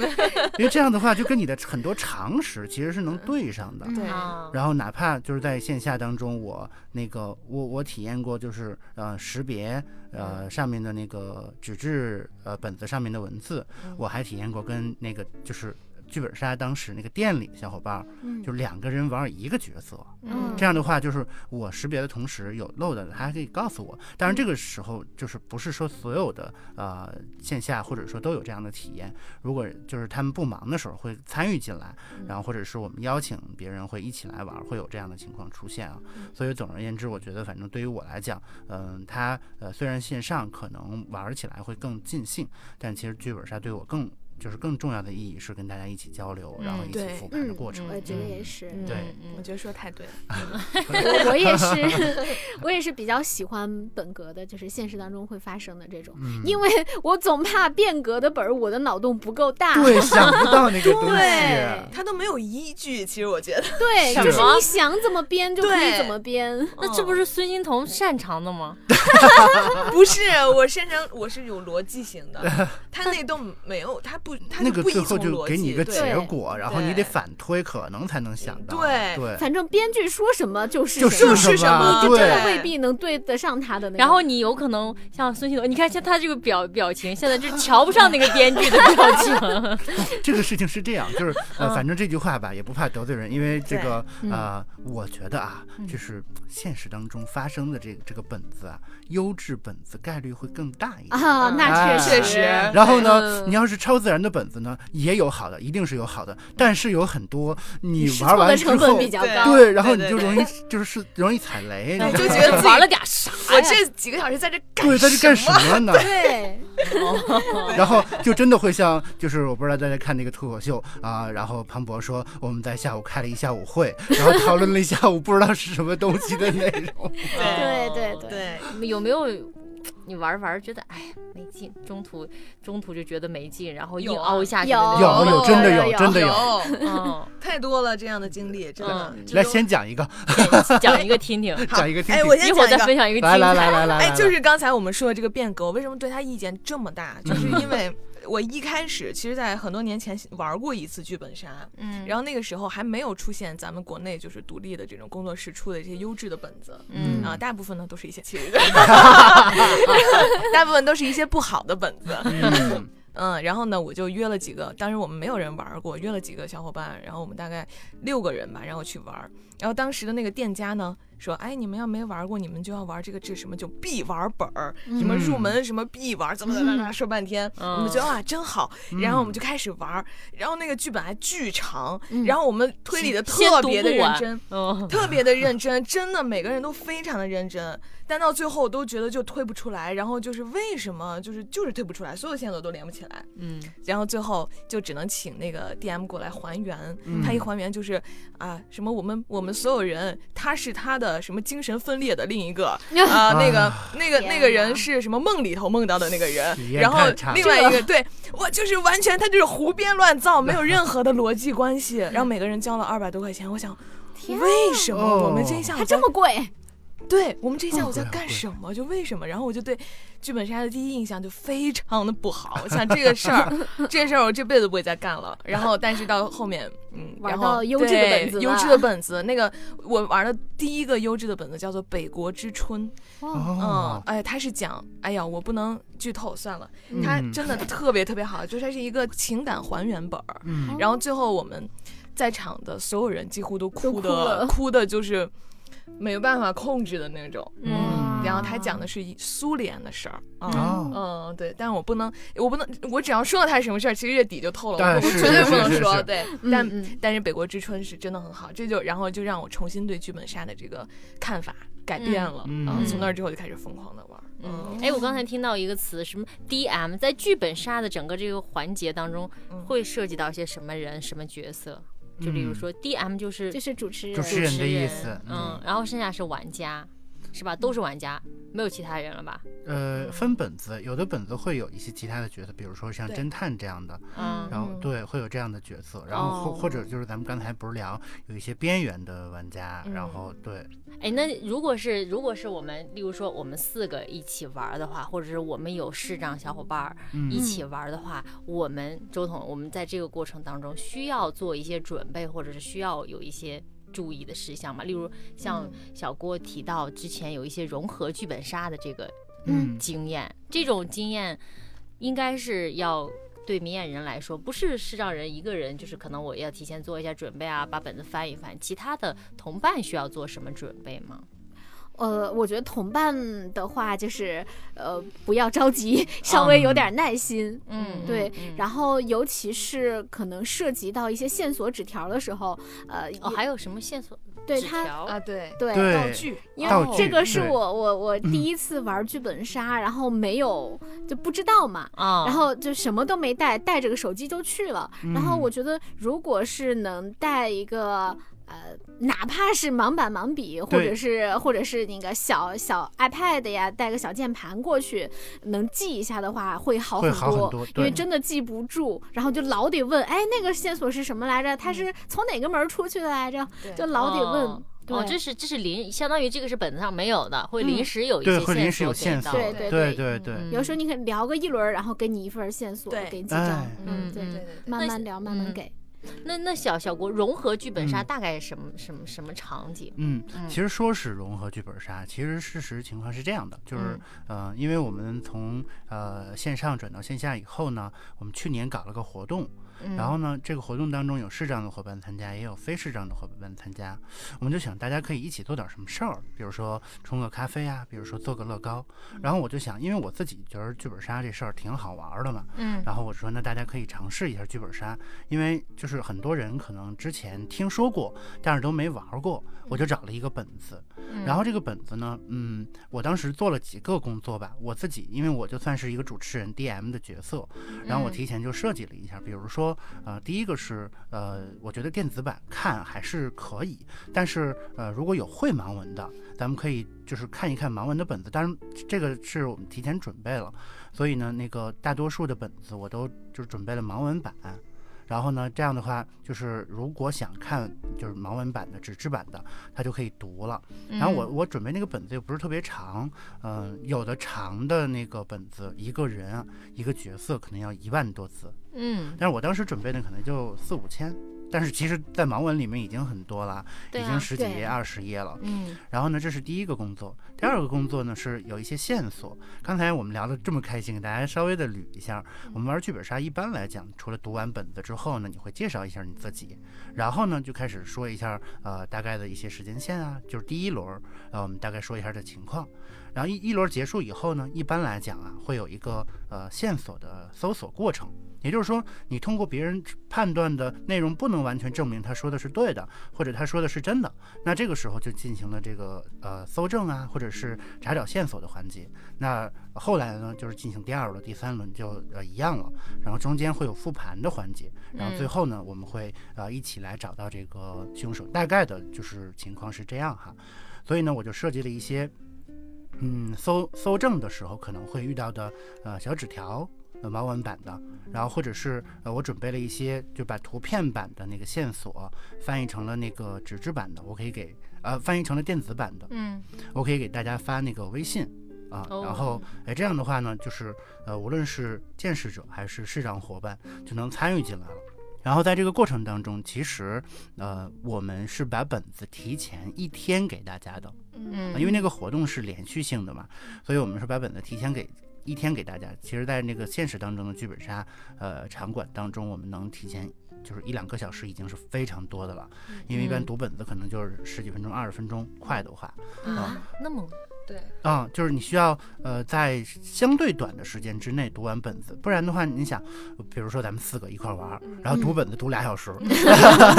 S1: 因为这样的话就跟你的很多常识其实是能对上的。
S4: 嗯
S2: 对，
S3: 啊，
S1: 然后哪怕就是在线下当中，我那个我我体验过，就是呃识别呃
S4: 嗯
S1: 上面
S4: 嗯
S1: 的那个纸质呃本子上面的文字，我还体验过跟那个就是。剧本杀当时那个店里的小伙伴儿，
S4: 嗯，
S1: 就是两个人玩一个角色，
S4: 嗯
S1: 这样的话，就是我识别的同时有漏的，他还可以告诉我。当然，这个时候就是不是说所有的呃线下或者说都有这样的体验。如果就是他们不忙的时候会参与进来，然后或者是我们邀请别人会一起来玩，会有这样的情况出现啊。所以总而言之，我觉得反正对于我来讲，嗯，它呃虽然线上可能玩起来会更尽兴，但其实剧本杀对我更就是更重要的意义是跟大家一起交流，然后
S3: 嗯
S1: 一起
S2: 对
S1: 复盘的
S4: 嗯，
S1: 过程。
S4: 我觉得也是。
S1: [laughs]
S3: 嗯
S1: 对
S3: 嗯
S2: 我觉得说得太对了，
S4: 我我也是，我也是比较喜欢本格的，就是现实当中会发生的这种，
S1: 嗯
S4: [laughs] 因为我总怕变革的本儿，我的脑洞不够大。
S1: [laughs] 对，想不到那个东
S4: 对
S1: 西。
S2: 他都没有依据。其实我觉得，
S4: 对，
S1: 是
S4: 就是
S3: 吗
S4: 你想怎么编就可以
S2: 对
S4: 怎么编。
S3: 那这不是孙欣彤擅长的吗？
S1: 啊
S2: 不是我擅长，我是有逻
S1: [laughs]
S2: 辑型的，他那都没有，他不，他
S1: 那
S2: 就
S1: 个
S2: 不
S1: 最
S2: 依
S1: 后
S2: 从
S1: 就
S2: 逻
S1: 给你一
S2: 辑。
S1: 个
S2: 对，
S1: 结果，然后你得
S2: 对
S1: 反推，可能才能想到。
S2: 对
S1: 对，
S4: 反正编剧说什么就是
S1: 就
S4: 什么，
S2: 是什么
S1: 么？
S4: 你就真的
S1: 对，
S4: 未必能对得上他的那个。
S3: 然后你有可能像孙欣彤，你看像他这个表表情，现在就是瞧不上那个编剧的表
S1: [laughs]
S3: 情。
S1: 这个事情是这样，就是呃，
S3: 嗯
S1: 反正这句话吧，也不怕得罪人，因为这个
S4: 对嗯
S1: 呃，我觉得啊，就是现实当中发生的这这个本子啊，优质本子概率会更大一点。
S4: 啊，那
S1: 哎
S4: 确
S2: 确实
S1: 然后呢，
S3: 嗯
S1: 你要是超自然的本子呢，也有好的，一定是有好的，但是有很多你
S4: 试
S1: 玩
S4: 错的
S1: 完之
S4: 成本
S1: 后
S4: 比，较
S2: 对
S4: 高。
S1: 对，然后你
S2: 对
S1: 就
S2: 对
S1: 容易就是容易踩雷，你
S2: 就
S1: 知道
S2: 觉
S1: 吗
S2: 得自己
S3: 玩了点啥呀？
S2: 我这几个小时在这干
S1: 对，他是干
S2: 什
S1: 什么呢？
S4: 对，
S3: 哦
S1: 然后就真的会像，就是我不知道大家看那个脱口秀啊，然后庞博说我们在下午开了一下午会，然后讨论了一下午不知道是什么东西的内容。
S4: 对对对
S2: 对，
S3: 有没有你玩儿玩儿觉得哎没劲，中途中途就觉得没劲，然后硬
S2: 有啊
S3: 凹下去的
S4: 有
S3: 那
S1: 有
S3: 种？
S1: 有真的有
S4: 有
S1: 真的有。
S2: 有
S3: 嗯，
S1: [laughs]
S2: 太多了这样的经历，真的
S3: 嗯。
S2: 这
S1: 来
S2: 都
S1: 先讲一个，
S3: [laughs] 讲一个听
S1: [laughs]
S3: 听，
S2: 好
S1: 讲一个听
S2: 哎，
S1: 听
S2: 我。先
S3: 一会
S2: 讲
S3: 儿再
S2: 一个。
S3: 分享一个
S1: 来
S3: 精
S1: 来来
S3: 彩。
S1: 来来，
S2: 哎，
S1: 来
S2: 就
S1: 来
S2: 是刚才我们说的这个变革，我为什么对他意见这么大？
S1: 嗯
S2: 就是因为我一开始其实，在很多年前玩过一次剧本杀，
S3: 嗯
S2: 然后那个时候还没有出现咱们国内就是独立的这种工作室出的这些优质的本子。
S3: 嗯
S2: 啊，大部分呢都是
S1: [laughs]
S2: 一些，其实 [laughs] 大部分都是一些不好的本子。
S1: 嗯
S2: 嗯，然后呢，我就约了几个，当时我们没有人玩儿过，约了几个小伙伴，然后我们大概六个人吧，然后去玩儿。然后当时的那个店家呢说，哎，你们要没玩儿过，你们就要玩儿这个这什么就必玩儿本儿，
S4: 嗯
S2: 什么入门什么必玩儿，怎么怎么怎么说半天，
S3: 嗯
S2: 我们觉得哇真好，然后我们就开始玩儿，然后那个剧本还巨长，
S4: 嗯
S2: 然后我们推理的
S3: 先
S2: 特别
S3: 读
S2: 的
S3: 不
S2: 认
S3: 完
S2: 真，
S3: 嗯，
S2: 特别的认真，真的每个人都非常的认真，但到最后都觉得就推不出来，然后就是为什么就是就是推不出来，所有线索都连不起来，
S3: 嗯，
S2: 然后最后就只能请那个 DM 过来还原，
S1: 嗯
S2: 他一还原就是啊什么我们我们所有人他是他的什么精神分裂的另
S4: [laughs]
S2: 一个啊那个那个
S4: 天
S2: 那个人
S4: 哪
S2: 是什么梦里头梦到的那个人
S1: 体，验
S2: 然后
S1: 太差
S2: 另
S4: [laughs]
S2: 外一个对我就是完全他就是胡编乱造，没有任何的逻辑关系，然后每个人交了二百多块钱，我想。
S4: 天啊，
S2: 为什么我们这一
S1: 哦
S2: 下午
S4: 还
S2: 在
S4: 这么贵？
S2: 对我们这一下午在
S1: 贵啊
S2: 干
S1: 贵
S2: 什么？就为什么？然后我就对剧本杀的第一印象就非常的不好，
S1: [laughs]
S2: 我想这个事儿， [laughs] 这事儿我这辈子不会再干了。然后，但是到后面，嗯，
S4: 玩
S2: 然
S4: 到
S2: 后
S4: 优质的
S2: 对
S4: 本子
S2: 优
S4: 了
S2: 质的本子，那个我玩的第一个优质的本子叫做《北国之春》，嗯
S1: 哦，，
S2: 哎，它是讲，哎呀，我不能剧透，算了，
S1: 嗯
S2: 它真的特别特别好，就是它是一个情感还原本儿。
S1: 嗯
S2: 然后最后我们在场的所有人几乎都哭
S4: 哭
S2: 的
S4: 了
S2: 哭的就是没有办法控制的那种。
S1: 嗯
S2: 然后他讲的是一苏联的事儿啊。
S1: 哦，
S2: 嗯，对，但我不能，我不能，我只要说到他是什么事儿，其实月底就透了，
S1: 当
S2: 我
S1: 然
S2: 我
S1: 是
S2: 绝对
S1: 是
S2: 不能
S1: 是
S2: 说。
S1: 是
S2: 对，
S4: 嗯
S2: 但
S4: 嗯
S2: 但是《北国之春》是真的很好，这就然后就让我重新对剧本杀的这个看法改变了，
S1: 嗯
S2: 嗯
S1: 嗯
S2: 从那儿之后就开始疯狂的玩儿，嗯，
S3: 哎，我刚才听到一个词，什么 DM，在剧本杀的整个这个环节当中，
S2: 嗯
S3: 会涉及到一些什么人、什么角色？就比如
S1: 嗯
S3: 说 DM 就是
S4: 就是主持人，
S1: 主持人的意思
S3: 嗯，然后剩下是玩家，是吧？都是玩家，没有其他人了吧？嗯
S1: 呃，分本子，有的本子会有一些其他的角色，比如说像
S2: 对
S1: 侦探这样的，
S3: 嗯
S1: 然后
S2: 嗯
S1: 对，会有这样的角色，然后或
S3: 哦
S1: 或者就是咱们刚才不是聊有一些边缘的玩家，然
S2: 嗯
S1: 后对，
S3: 哎，那如果是如果是我们，例如说我们四个一起玩儿的话，或者是我们有视障小伙伴儿
S1: 嗯
S3: 一起玩儿的话，我们周彤，我们在这个过程当中需要做一些准备，或者是需要有一些注意的事项嘛？例如像
S2: 嗯
S3: 小郭提到之前有一些融合剧本杀的这个
S1: 嗯
S3: 经验，这种经验应该是要对明眼人来说，不是是让人一个人，就是可能我要提前做一下准备啊，把本子翻一翻。其他的同伴需要做什么准备吗？
S4: 呃，我觉得同伴的话就是，呃，不要着
S1: 嗯
S4: 急，稍微有点耐心。
S3: 嗯，
S4: 对
S3: 嗯，
S4: 然后尤其是可能涉及到一些线索纸条的时候，呃，
S3: 哦，还有什么线索？
S4: 对
S3: 纸
S4: 他，
S3: 条哦
S2: 啊，对，
S4: 对
S1: 对
S2: 道具，
S4: 因
S1: 道
S4: 为
S1: 具
S4: 这个是
S1: 对嗯
S4: 我我我第一次玩剧本杀，然后没有就不知道嘛，
S3: 啊，
S4: 然后就什么都没带，带着个手机就去了。然后我
S1: 嗯
S4: 觉得，如果是能带一个。呃，哪怕是盲板、盲笔，或者
S1: 对
S4: 是或者是那个小小 iPad 呀，带个小键盘过去，能记一下的话，会好
S1: 会
S4: 很
S1: 好很多
S4: 因
S1: 对
S4: 为真的记不住，然后就老得问，哎，那个线索是什么来着？它
S1: 嗯
S4: 是从哪个门儿出去的来着？
S2: 对
S4: 就老得问。
S3: 哦
S4: 对
S3: 哦，这是这是临，相当于这个是本子上没有的，会临
S4: 嗯
S3: 时有一
S1: 对
S3: 些
S1: 会临时有
S3: 线
S1: 线
S3: 索
S1: 索
S3: 给到
S4: 对
S3: 的，
S1: 对
S4: 对
S2: 对
S1: 对对，
S2: 嗯
S3: 嗯
S4: 有时候你可能聊个一轮儿，然后给你一份儿线索，
S2: 对
S4: 给你几张
S1: 哎，，
S3: 嗯
S4: 对，
S2: 对对对，
S4: 慢
S3: 那
S4: 慢聊，慢慢
S3: 嗯
S4: 给。
S3: 那那小小国融合剧本杀
S1: 嗯
S3: 大概什么、什么什么场景？
S1: 嗯
S3: 嗯，
S1: 其实说是融合剧本杀，其实事实情况是这样的，就是、
S3: 嗯
S1: 呃，因为我们从呃线上转到线下以后呢，我们去年搞了个活动，
S3: 嗯
S1: 然后呢，这个活动当中有视障的伙伴参加，也有非视障的伙伴参加。我们就想大家可以一起做点什么事儿，比如说冲个咖啡啊，比如说做个乐高。
S3: 嗯
S1: 然后我就想，因为我自己觉得剧本杀这事儿挺好玩儿的嘛，
S3: 嗯
S1: 然后我说那大家可以尝试一下剧本杀，因为就是很多人可能之前听说过，但是都没玩儿过。我就找了一个本子，然后这个本子呢，嗯，我当时做了几个工作吧，我自己，因为我就算是一个主持人 DM 的角色，然后我
S3: 嗯
S1: 提前就设计了一下，比如说，呃，第一个是，呃，我觉得电子版看还是可以，但是，呃，如果有会盲文的，咱们可以就是看一看盲文的本子，当然这个是我们提前准备了，所以呢，那个大多数的本子我都就是准备了盲文版。然后呢，这样的话，就是如果想看就是盲文版的纸质版的，它就可以读了。
S3: 嗯
S1: 然后我我准备那个本子又不是特别长，嗯、有的长的那个本子，一个人啊一个角色可能要一万多字，
S3: 嗯，
S1: 但是我当时准备的可能就四五千，但是其实，在盲文里面已经很多了，
S3: 对
S1: 已
S3: 啊
S1: 经十几
S4: 对
S1: 页、二十页了。
S3: 嗯
S1: 然后呢，这是第一个工作。第二个工作呢是有一些线索。刚才我们聊得这么开心，给大家稍微的捋一下。我们玩剧本杀一般来讲，除了读完本子之后呢，你会介绍一下你自己，然后呢就开始说一下呃大概的一些时间线啊，就是第一轮儿，呃我们大概说一下这情况。然后一一轮结束以后呢，一般来讲啊会有一个呃线索的搜索过程。也就是说，你通过别人判断的内容不能完全证明他说的是对的，或者他说的是真的，那这个时候就进行了这个呃搜证啊，或者是查找线索的环节。那后来呢，就是进行第二轮、第三轮就呃一样了，然后中间会有复盘的环节，然后最
S3: 嗯
S1: 后呢，我们会呃一起来找到这个凶手。大概的就是情况是这样哈，所以呢，我就设计了一些。嗯，搜搜证的时候可能会遇到的呃小纸条，呃盲文版的，然后或者是呃我准备了一些，就把图片版的那个线索翻译成了那个纸质版的，我可以给呃翻译成了电子版的，
S3: 嗯
S1: 我可以给大家发那个微信啊，
S3: 哦
S1: 然后哎这样的话呢，就是呃无论是见识者还是市长伙伴就能参与进来了。然后在这个过程当中，其实呃我们是把本子提前一天给大家的，
S3: 嗯，
S1: 啊因为那个活动是连续性的嘛，所以我们是把本子提前给一天给大家。其实，在那个现实当中的剧本杀，呃，场馆当中，我们能提前就是一两个小时已经是非常多的了，因为一般
S3: 嗯
S1: 读本子可能就是十几分钟、二十分钟，快的话，
S3: 啊那么
S2: 对，
S1: 啊、就是你需要呃在相对短的时间之内读完本子，不然的话，你想，比如说咱们四个一块儿玩儿，
S3: 嗯
S1: 然后读本子读俩小
S3: [laughs]
S1: 时，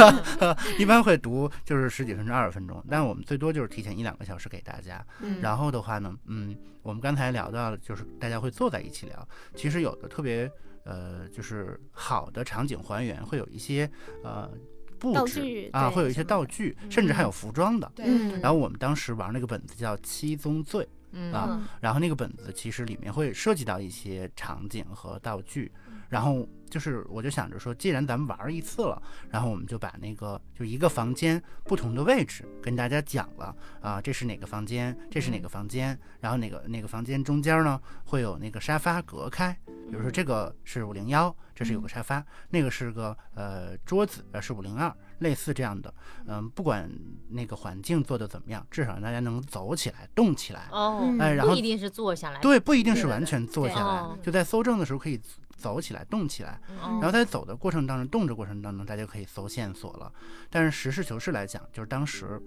S1: [laughs] 一般会读就是十几分钟、二十分钟，但我们最多就是提前一两个小时给大家。
S4: 嗯
S1: 然后的话呢，嗯，我们刚才聊到了，就是大家会坐在一起聊，其实有的特别呃，就是好的场景还原会有一些呃布
S4: 道具
S1: 置啊，
S4: 对
S1: 会有一些
S4: 什么
S1: 道
S4: 的
S1: 具，甚至还有
S3: 嗯
S1: 服装的。
S2: 对
S4: 嗯
S1: 然后我们当时玩那个本子叫《七宗罪》，
S3: 嗯
S1: 啊
S4: 嗯
S1: 然后那个本子其实里面会涉及到一些场景和道具，然后就是我就想着说，既然咱们玩儿一次了，然后我们就把那个就一个房间不同的位置跟大家讲了啊，这是哪个房间，这是哪个房间，然后哪个哪个房间中间呢会有那个沙发隔开，比如说这个是五零幺，这是有个沙发，那个是个呃桌子，呃是五零二，类似这样的，嗯，不管那个环境做的怎么样，至少让大家能走起来、动起来。
S3: 哦
S4: 嗯，
S1: 哎，然
S3: 不
S1: 后
S3: 一定是坐下来，
S1: 对，不一定是
S2: 对
S1: 完
S2: 对
S1: 全坐
S2: 对
S1: 下来
S3: 哦，
S1: 就在搜证的时候可以走起来、动起来。
S3: 嗯
S1: 然后在走的过程当中、动的过程当中，大家可以搜线索了。但是实事求是来讲，就是当时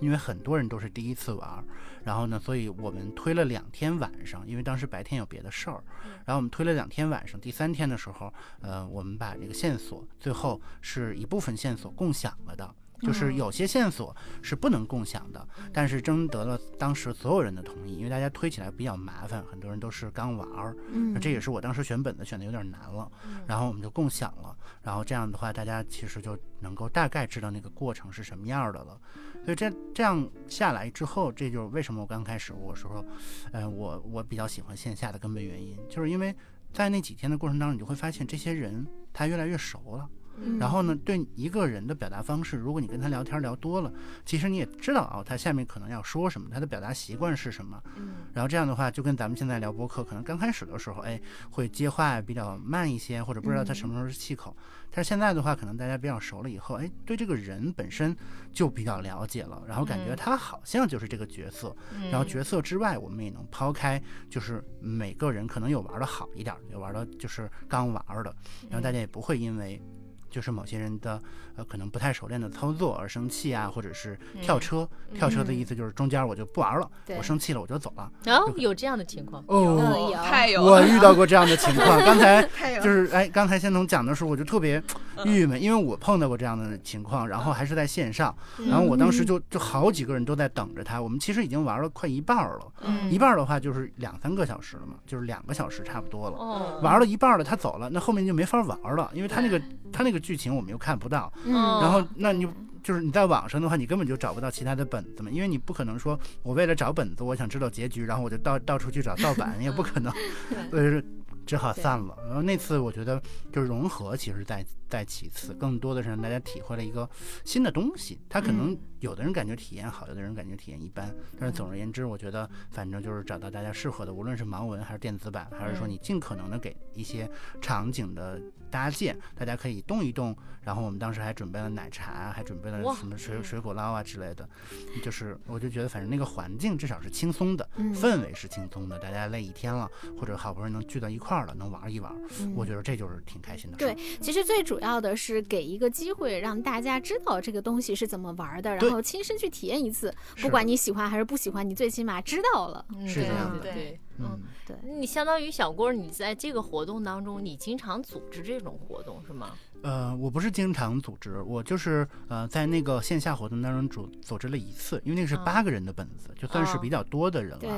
S1: 因为很多人都是第一次玩儿，然后呢，所以我们推了两天晚上，因为当时白天有别的事儿，然后我们推了两天晚上。第三天的时候，呃，我们把这个线索最后是一部分线索共享了的。就是有些线索是不能共享的，但是征得了当时所有人的同意，因为大家推起来比较麻烦，很多人都是刚玩儿，
S4: 嗯
S1: 那这也是我当时选本子选的有点难了，然后我们就共享了，然后这样的话，大家其实就能够大概知道那个过程是什么样儿的了。所以这这样下来之后，这就是为什么我刚开始我说，呃，我我比较喜欢线下的根本原因，就是因为在那几天的过程当中，你就会发现这些人他越来越熟了。
S4: 嗯
S1: 然后呢，对一个人的表达方式，如果你跟他聊天聊多了，其实你也知道哦，他下面可能要说什么，他的表达习惯是什么。然后这样的话，就跟咱们现在聊播客，可能刚开始的时候，哎，会接话比较慢一些，或者不知道他什么时候是气口。但是现在的话，可能大家比较熟了以后，哎，对这个人本身就比较了解了，然后感觉
S3: 嗯
S1: 他好像就是这个角色，然后角色之外，我们也能抛开，就是每个人可能有玩的好一点儿，有玩的就是刚玩儿的，然后大家也不会因为。就是某些人的呃可能不太熟练的操作而生气啊，或者是跳
S3: 嗯
S1: 车。跳车的
S4: 嗯
S1: 意思就是中间我就不玩了，
S4: 对
S1: 我生气了我就走了。
S3: 哦，有这样的情况，
S4: 嗯
S1: 哦，
S4: 有
S2: 太有
S1: 我遇到过这样的情
S2: [laughs]
S1: 况。刚才
S2: 太有
S1: 就是哎，刚才仙童讲的时候，我就特别嗯郁闷，因为我碰到过这样的情况，然
S2: 嗯
S1: 后还是在线上，然后我当时就就好几个人都在等着他，我们其实已经玩了快一半儿了。
S3: 嗯
S1: 一半儿的话就是两三个小时了嘛，就是两个小时差不多了。
S3: 哦，
S2: 嗯
S1: 玩了一半儿了，他走了，那后面就没法玩儿了，因为他那个他那个剧情我们又看不到。
S3: 嗯
S1: 然后，那你就是你在网上的话，你根本就找不到其他的本子嘛，因为你不可能说我为了找本子，我想知道结局，然后我就到到处去找盗版，也不可能，所以是只好散了。然后那次我觉得就是融合，其实在在其次，更多的是让大家体会了一个新的东西。他可能
S3: 嗯
S1: 有的人感觉体验好，有的人感觉体验一般，但是总而言之，我觉得反正就是找到大家适合的，无论是盲文还是电子版，还是说
S3: 嗯
S1: 你尽可能的给一些场景的搭建，大家可以动一动。然后我们当时还准备了奶茶，还准备了
S3: 哇
S1: 什么
S3: 嗯
S1: 水水果捞啊之类的，就是我就觉得反正那个环境至少是轻松的，
S4: 嗯
S1: 氛围是轻松的，大家累一天了，或者好不容易能聚到一块儿了，能玩一玩，我觉得这就是挺开心的事儿。
S4: 嗯对其实最主要的是给一个机会，让大家知道这个东西是怎么玩的，
S1: 对
S4: 然后亲身去体验一次。
S1: 是嗯
S4: 不管你喜欢还是不喜欢，你最起码知道了。
S1: 是这样
S3: 对
S1: 的
S3: 对对。
S1: 嗯，
S4: 对，
S3: 你相当于小郭儿，你在这个活动当中，你经常组织这种活动是吗？
S1: 呃，我不是经常组织，我就是呃在那个线下活动当中组组织了一次，因为那个是
S3: 啊
S1: 八个人的本子，就算是
S3: 哦
S1: 比较多的人了。
S4: 对，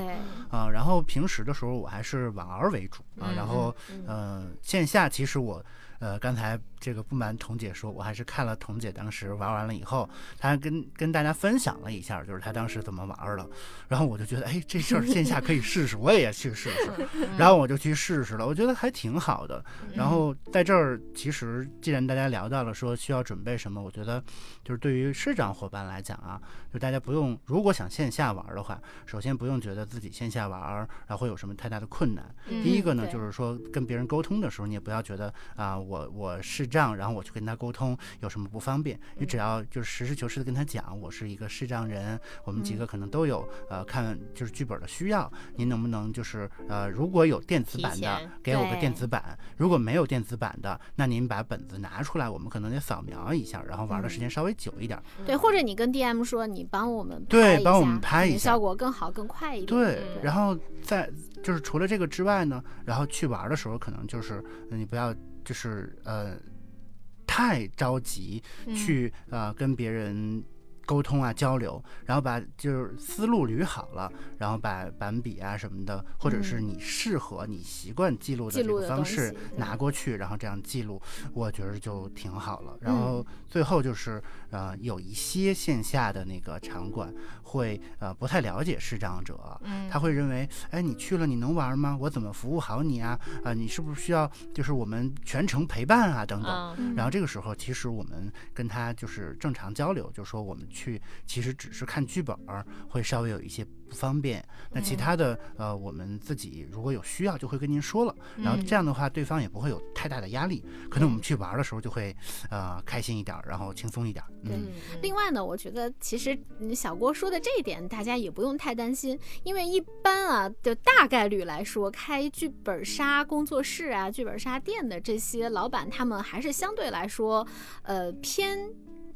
S1: 啊，然后平时的时候我还是玩儿为主啊，
S3: 嗯
S1: 然后
S4: 嗯
S1: 呃线下其实我呃刚才这个不瞒童姐说，我还是看了童姐当时玩完了以后，她跟跟大家分享了一下，就是她当时怎么玩儿的，然后我就觉得哎这事儿线下可以试试，我也去试试，然后我就去试试了，我觉得还挺好的。
S2: 嗯
S1: 然后在这儿其实既然大家聊到了说需要准备什么，我觉得就是对于市长伙伴来讲啊，就大家不用如果想线下玩儿的话，首先不用觉得自己线下玩儿，然后会有什么太大的困难。第一
S4: 嗯
S1: 个呢，
S4: 对
S1: 就是说跟别人沟通的时候，你也不要觉得啊、我我视障，然后我去跟他沟通有什么不方便，
S4: 嗯
S1: 你只要就是实事求是的跟他讲，我是一个视障人，我们
S4: 嗯
S1: 几个可能都有呃看就是剧本的需要，您能不能就是呃如果有电子
S3: 提
S1: 版的
S3: 前，
S1: 给我个电
S4: 对
S1: 子版；如果没有电子版的，那您把本子拿出来，我们可能得扫描一下，然后玩的
S4: 嗯
S1: 时间稍微久一点。
S3: 嗯
S4: 对，或者你跟 DM 说，你帮我们
S1: 对
S4: 拍一
S1: 帮我
S4: 下
S1: 们拍
S4: 可
S1: 一
S4: 能
S1: 下
S4: 效果更好、更快一点。
S1: 对，
S3: 嗯
S1: 然后在就是除了这个之外呢，然后去玩的时候，可能就是呃你不要就是呃太着急
S4: 嗯
S1: 去、呃跟别人。沟通啊，交流，然后把就是思路捋好了，然后把板笔啊什么的，或者是你适合你习惯记录的
S4: 嗯记
S1: 这
S4: 录
S1: 个
S4: 的
S1: 方
S4: 东
S1: 式
S4: 西对
S1: 拿过去，然后这样记录，我觉得就挺好了。然后最后就是呃，有一些线下的那个场馆会呃不太了解视障者，
S3: 嗯
S1: 他会认为，哎，你去了你能玩吗？我怎么服务好你啊？啊、你是不是需要就是我们全程陪伴啊？等等。
S3: 啊
S4: 嗯
S1: 然后这个时候，其实我们跟他就是正常交流，就说我们去其实只是看剧本儿，会稍微有一些不方便。那其他的、呃，我们自己如果有需要，就会跟您说了。然后
S2: 嗯
S1: 这样的话，对方也不会有太大的压力，可能我们去玩儿的时候就会呃开心一点儿，然后轻松一点儿。
S4: 对
S1: 嗯
S4: 另外呢，我觉得其实嗯小郭说的这一点，大家也不用太担心，因为一般啊，就大概率来说，开剧本杀工作室啊、剧本杀店的这些老板，他们还是相对来说，呃，偏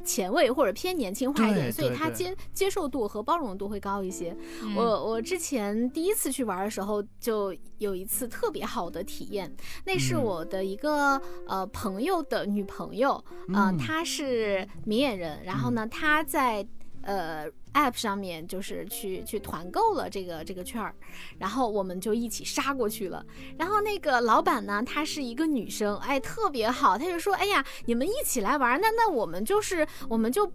S4: 前卫或者偏年轻化一点，
S1: 对
S4: 所以
S1: 对
S4: 他
S1: 对
S4: 接接受度和包容度会高一些。
S3: 嗯
S4: 我我之前第一次去玩的时候，就有一次特别好的体验，那是
S1: 嗯
S4: 我的一个、呃朋友的女朋友，呃，
S1: 嗯
S4: 她是明眼人，然后呢，她在呃 App 上面就是去去团购了这个这个券儿，然后我们就一起杀过去了。然后那个老板呢，她是一个女生，哎，特别好，她就说，哎呀，你们一起来玩儿，那那我们就是我们就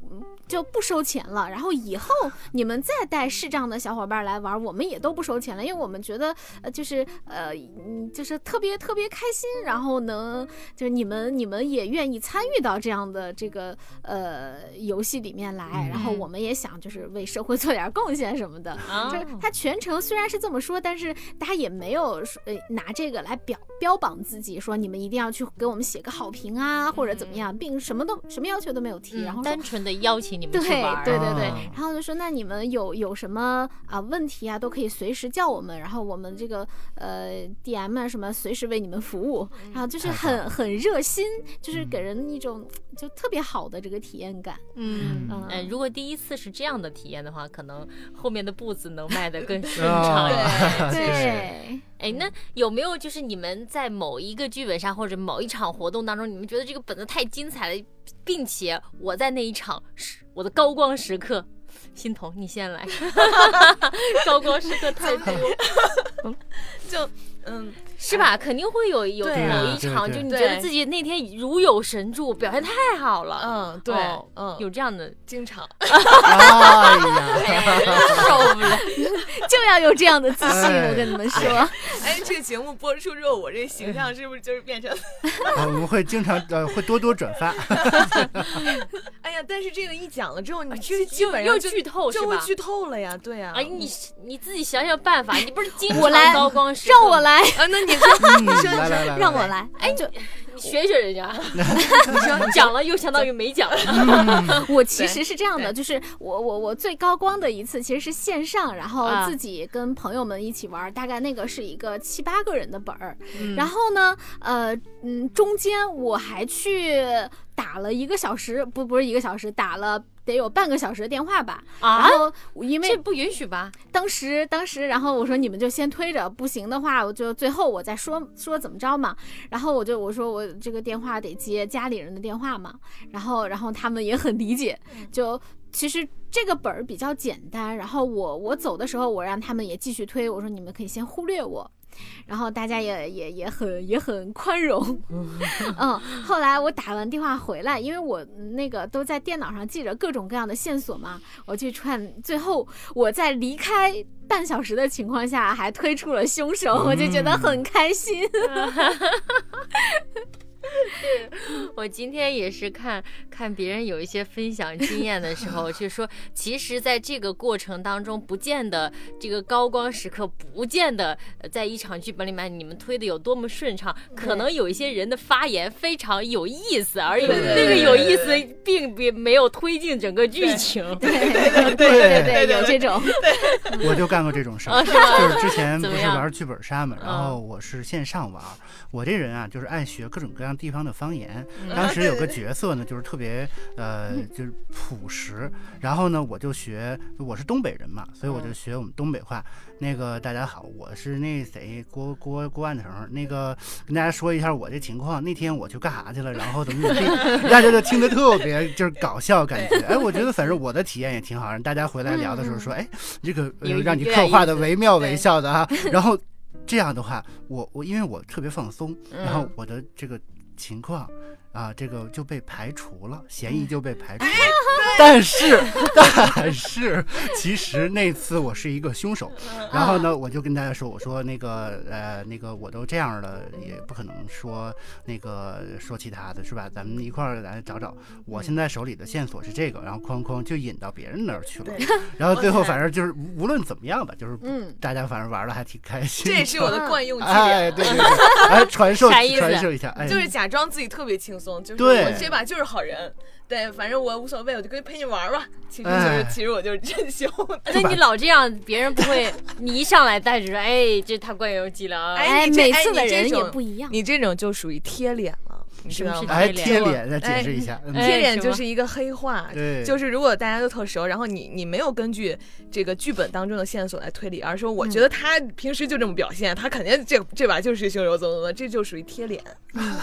S4: 就不收钱了，然后以后你们再带视障的小伙伴来玩儿，我们也都不收钱了，因为我们觉得呃就是呃嗯就是特别特别开心，然后能就是你们你们也愿意参与到这样的这个呃游戏里面来，
S1: 嗯
S4: 然后我们也想就是为社会做 [laughs] 点儿贡献什么的，
S3: 啊
S4: 就是他全程虽然是这么说，但是大家也没有说呃拿这个来表标榜自己，说你们一定要去给我们写个好评啊，或者怎么样，并什么都什么要求都没有提，
S3: 嗯
S4: 然后说
S3: 单纯的邀请你们
S4: 对
S3: 去玩儿，
S4: 对对对
S1: 啊，
S4: 然后就说那你们有有什么啊问题啊，都可以随时叫我们，然后我们这个呃 DM 啊什么随时为你们服务，
S3: 嗯
S4: 然后就是
S1: 太棒
S4: 很很热心，就是给
S1: 嗯
S4: 人一种就特别好的这个体验感。
S3: 嗯
S1: [laughs] 嗯
S3: 嗯，如果第一次是这样的体验的话，可能后面的步子能迈得更顺畅一些。
S1: 啊
S4: 对， [laughs]
S3: 哎，那有没有就是你们在某一个剧本上或者某一场活动当中，你们觉得这个本子太精彩了，并且我在那一场是我的高光时刻，心彤你先来，高光时刻太多
S2: [laughs] 就嗯，
S3: 是吧？肯定会有有
S2: 对啊
S3: 某一场，
S1: 对对对
S3: 就你觉得自己那天如有神助，表现太好了，
S2: 嗯，对
S3: 哦，
S2: 嗯，
S3: 有这样的
S2: 经常，
S1: 哎呀，
S3: 受不了。
S4: 就要有这样的自信，
S1: 哎
S4: 我跟你们说，
S2: 哎，这个节目播出之后，我这形象是不是就是变成？
S1: 我们会经常呃会多多转发，
S2: [laughs] 哎呀，但是这个一讲了之后，你
S3: 这
S2: 这基本
S3: 又
S2: 啊上就
S3: 剧透是
S2: 就会
S3: 吧？
S2: 剧透了呀，对呀。 [laughs]
S3: 哎，你你自己想想办法，你不是经
S4: 我来
S3: 常高光时刻
S4: 让我来，
S2: 啊，那你
S1: 嗯，
S2: 你说
S1: 来来来，
S4: 让我
S1: 来，
S4: 来， [laughs] 哎，就
S3: 你学学 [laughs] 人家，讲了又相当于没讲。
S1: 嗯
S4: [laughs] 我其
S2: 对
S4: 实是这样的，
S2: 对
S4: 就是我我我最高光的一次其实是线上，然后
S3: 啊
S4: 自己跟朋友们一起玩儿，大概那个是一个七八个人的本儿。
S3: 嗯
S4: 然后呢，呃嗯，中间我还去打了一个小时，不不是一个小时，打了。得有半个小时的电话吧，然
S3: [laughs] 啊，
S4: 后我因
S3: 这
S4: 为
S3: 不允许吧？
S4: 当时当时，然后我说你们就先推着，不行的话我就最后我再说说怎么着嘛。然后我就我说我这个电话得接家里人的电话嘛，然后然后他们也很理解， [laughs] 就其实这个本儿比较简单。然后我我走的时候，我让他们也继续推，我说你们可以先忽略我。然后大家也也也很也很宽容， [laughs] 嗯，后来我打完电话回来，因为我那个都在电脑上记着各种各样的线索嘛，我去串，最后我在离开半小时的情况下还推出了凶手，我就觉得很开心。
S3: 我今天也是看看别人有一些分享经验的时候，去 [laughs] 说，其实在这个过程当中，不见得这个高光时刻，不见得呃在一场剧本里面你们推的有多么顺畅，可能有一些人的发言非常有意思，而有
S2: 对对
S3: 那个
S2: 对
S3: 有
S2: 对
S3: 意
S2: 对
S3: 思并并没有推进整个剧
S2: 对
S3: 情。
S4: 对对对有这种，
S1: 我就干过这种事儿，
S3: 啊，是
S1: 就
S3: 吧？
S1: 是之前不
S3: 怎么
S1: 是
S3: 样
S1: 玩剧本杀嘛，然
S3: 嗯
S1: 后我是线上玩儿。我这人啊，就是爱学各种各样地方的方言。
S3: 嗯
S1: 当时有个
S2: 对
S1: 角色呢，就是特别呃，就是朴实。然后呢，我就学，我是东北人嘛，所以我就
S3: 嗯
S1: 学我们东北话。那个大家好，我是那谁郭郭郭万成。那个跟大家说一下我这情况，那天我去干啥去了，然后怎么怎么
S3: [laughs]
S1: 地，大家就听得特别就是搞笑感觉。哎，我觉得反正我的体验也挺好，让大家回来聊的时候说，哎，这个呃
S3: 有
S1: 让你
S3: 嗯有点
S1: 刻画
S3: 意
S1: 的
S3: 思
S1: 惟妙惟
S2: 对
S1: 肖的啊。然后这样的话，我我因为我特别放松，
S3: 嗯
S1: 然后我的这个情况。啊，这个就被排除了，嫌疑就被排除了。但是， [laughs] 但是，其实那次我是一个凶手。然后呢，我就跟大家说，我说那个呃，那个我都这样了，也不可能说那个说其他的是吧？咱们一块儿来找找。我现在手里的线索是这个，然后哐哐就引到别人那儿去了。
S2: 对
S1: 然后最后
S2: 我
S1: 反正就是无无论怎么样吧，就是
S4: 嗯
S1: 大家反正玩的还挺开心
S2: 这
S1: 的。
S2: 啊也是我的惯用伎俩，
S1: 哎，对对对，哎，传授
S3: 啥意思
S1: 传授一下，哎，
S2: 就是假装自己特别轻松，就是
S1: 对
S2: 我这把就是好人，对，反正我无所谓，我就跟陪你玩吧。其实就
S1: 哎
S2: 是，其实我就是真凶。
S3: [laughs] 而且你老这样，别人不 [laughs] 会，你一上来带着说，哎，这他惯游记了啊。
S2: 哎
S4: 哎，
S2: 你这
S4: 每
S2: 哎
S4: 次
S2: 你
S4: 的
S2: 这
S4: 人也
S2: 种
S4: 不一样。
S2: [laughs] 你这种就属于贴脸了，你知道
S3: 是
S2: 吗？
S1: 哎，
S3: 贴
S1: 贴脸
S3: 脸
S1: 再解
S2: 哎
S1: 释一下，嗯
S3: 哎
S2: 贴脸
S3: 什
S2: 就
S3: 么
S2: 是一个黑话，
S1: 对，
S2: 就是如果大家都特熟，然后你你没有根据这个剧本当中的线索来推理，而是说我觉得他平时就这么表现，他肯定这这把就是凶手，怎么怎么，这就属于贴脸。嗯，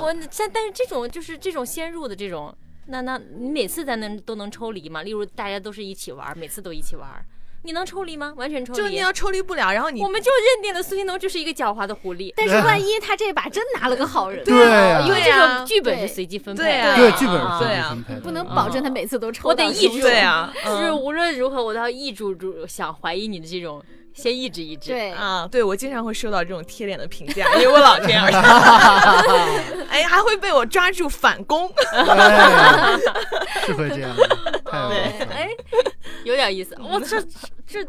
S3: 我但但是这种就是这种先入的这种，那那你每次咱能都能抽离吗？例如大家都是一起玩儿，每次都一起玩儿，你能抽离吗？完全抽离。
S2: 就你要抽离不了，然后你
S3: 我们就认定了苏新农就是一个狡猾的狐狸。
S4: 但是万一他这把真拿了个好人呢，
S1: 对啊
S3: 因为这
S2: 对啊
S3: 种剧本
S4: 对
S3: 是随机分配
S2: 对
S3: 的，
S2: 啊
S1: 对剧本
S3: 啊
S1: 是
S2: 对
S1: 分
S2: 啊
S1: 分配的，
S4: 不能
S1: 嗯
S4: 保证他每次都抽
S3: 我
S4: 到
S3: 得
S4: 凶手。
S3: 抑制
S2: 对啊，
S3: [laughs] 就是
S2: 嗯
S3: 无论如何我都要抑制住想怀疑你的这种，先抑制抑制。
S4: 对，
S2: 啊，对我经常会收到这种贴脸的评价， [laughs] 因为我老这样，哎，还会被我抓住反攻。
S1: 哎是会这样的，太有意思了。
S3: 哎，有点意思。
S4: 嗯
S3: 我这这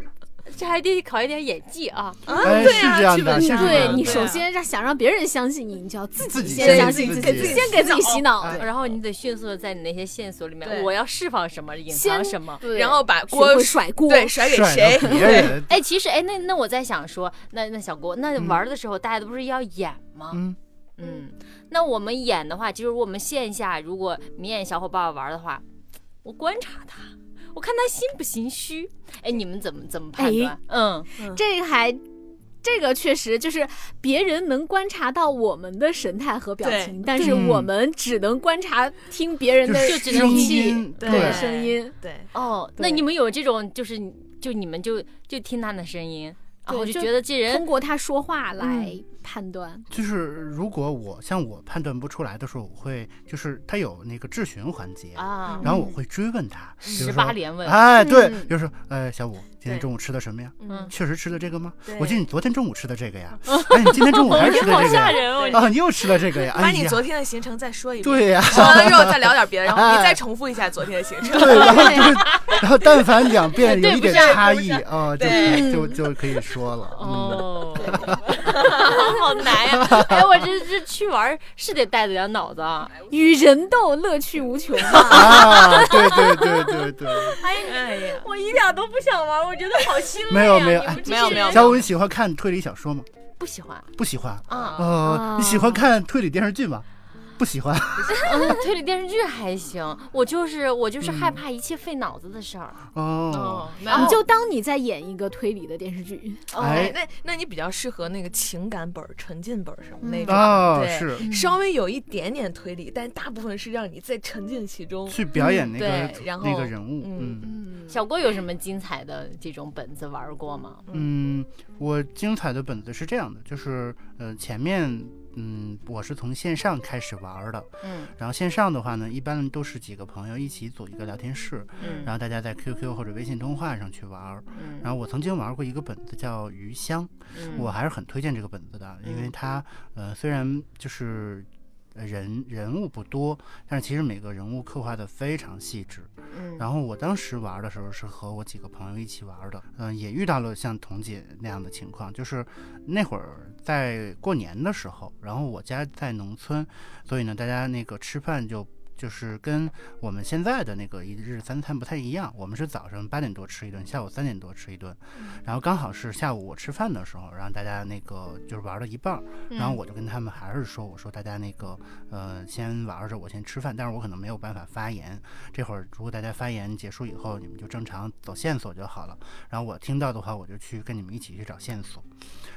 S3: 这还得考一点演技啊！
S2: [laughs] 啊，
S1: 哎
S2: 对
S1: 是
S2: 啊，
S1: 这样
S2: 剧
S1: 的
S2: 本
S1: 是
S2: 杀
S1: 这样的
S4: 对你
S1: 对啊
S4: 首先让想让别人相信你，你就要自
S1: 自己
S4: 先
S1: 先
S4: 相
S1: 自
S4: 信
S1: 己
S4: 己，先给自己洗脑，
S1: 哎
S3: 然后你得迅速的在你那些线索里面，
S2: 对
S3: 我要释放什么，隐藏
S4: 先
S3: 什么。
S4: 对
S2: 然后把
S4: 学
S2: 锅
S4: 会甩锅，
S2: 对甩给
S1: 甩
S2: 谁？
S1: 到别
S2: 对，
S1: 人，
S3: 哎，其实哎，那那我在想说，那那小郭，
S4: 嗯
S3: 那玩儿的时候大家都不是要演吗？
S1: 嗯，
S3: 嗯，那我们演的话，就是我们线下如果明眼小伙伴玩的话，我观察他，我看他心不心虚。哎，你们怎么怎么判断？
S4: 哎
S3: 嗯，
S4: 这个还。这个确实就是别人能观察到我们的神态和表情，但是
S1: 嗯
S4: 我们只能观察听别人
S1: 就
S4: 的
S1: 是
S3: 就只能
S1: 声
S4: 语气
S1: 音，
S2: 对
S4: 对
S1: 对
S4: 声音，
S2: [laughs] 对，
S3: 哦，那
S4: 对
S3: 你们有这种就是就你们就就听他的声音，然后
S4: 对
S3: 就
S4: 就
S3: 觉得这人
S4: 通过他说话来判断。
S1: 就是如果我像我判断不出来的时候，我会就是他有那个质询环节，
S3: 啊
S1: 然后我会追问他，比如
S3: 十
S1: 说
S3: 八连问，
S1: 哎，对，
S4: 嗯
S1: 比如说，呃，小五，今天
S2: 对
S1: 中午吃的什么呀？
S2: 嗯，
S1: 确实吃的这个吗？
S2: 对嗯
S1: 我记得你昨天中午吃的这个呀， [laughs] 哎，你今天中午还吃的
S3: 哦
S2: [laughs]
S3: 好
S1: 这个呀？
S3: 吓人哦！
S2: 对
S1: 啊，你又吃了这个呀？
S2: 把
S1: 哎
S2: 你
S1: 呀，
S2: 昨天的行程再说一遍。
S1: 对
S2: [laughs]
S1: 呀，
S2: 说完了之后啊再聊点别的，然后
S1: 哎
S2: 你再重复一下昨天的行程。
S1: 对，然后就是，然后但凡两遍有
S3: 对
S1: 一
S3: 不
S1: 点
S3: 上
S1: 差
S2: 对不
S1: 异
S2: 上
S1: 啊，就
S2: 对
S1: 可就就可以说了。嗯，
S3: [laughs] 哦，好
S1: [laughs]
S3: 难呀、哎，我这这去玩儿是得带着点脑子啊。
S4: 与人斗，乐趣无穷啊！
S1: 啊，对对对对 [laughs] 对，
S2: 哎呀，
S3: 我一点都不想玩，我觉得好心累、啊。
S1: 没有没有
S3: 你们
S1: 哎
S3: 这
S2: 没有
S3: 些
S2: 没
S3: 人
S2: 有没
S1: 小五，你喜欢看推理小说吗？
S3: 不喜欢
S1: 不喜欢。
S3: 啊。
S1: 呃，你喜欢看推理电视剧吗？不喜欢。
S3: 嗯，推理电视剧还行，我就是我就是害
S1: 嗯
S3: 怕一切费脑子的事儿。
S1: 哦，
S2: 没
S3: 然
S4: [laughs]
S3: 后
S4: 你就当你在演一个推理的电视剧，
S3: 哦
S1: 哎
S2: 那那你比较适合那个情感本儿、沉浸本儿什么那种，
S1: 哦，
S2: 对
S1: 是
S2: 稍微有一点点推理，但大部分是让你再沉浸其中。
S1: 去表演那
S3: 嗯
S1: 个
S2: 对然
S1: 那
S2: 后
S1: 个人物，
S2: 嗯
S1: 嗯。
S4: 嗯，
S3: 小郭有什么精彩的这种本子玩过吗？
S1: 嗯，我精彩的本子是这样的，就是呃前面嗯我是从线上开始玩儿的，
S3: 嗯
S1: 然后线上的话呢，一般都是几个朋友一起组一个聊天室，然
S3: 嗯
S1: 后大家在 QQ 或者微信通话上去玩儿。然
S3: 嗯，
S1: 后我曾经玩过一个本子叫《鱼香》，我还是很推荐这个本子的，因为
S3: 嗯
S1: 它呃虽然就是。呃人人物不多，但是其实每个人物刻画的非常细致。
S3: 嗯
S1: 然后我当时玩的时候是和我几个朋友一起玩的，嗯、也遇到了像彤姐那样的情况，就是那会儿在过年的时候，然后我家在农村，所以呢，大家那个吃饭就。就是跟我们现在的那个一日三餐不太一样，我们是早上八点多吃一顿，下午三点多吃一顿，然后刚好是下午我吃饭的时候，然后大家那个就是玩了一半儿，然后我就跟他们还是说，我说大家那个呃先玩着，我先吃饭，但是我可能没有办法发言，这会儿如果大家发言结束以后，你们就正常走线索就好了。然后我听到的话，我就去跟你们一起去找线索。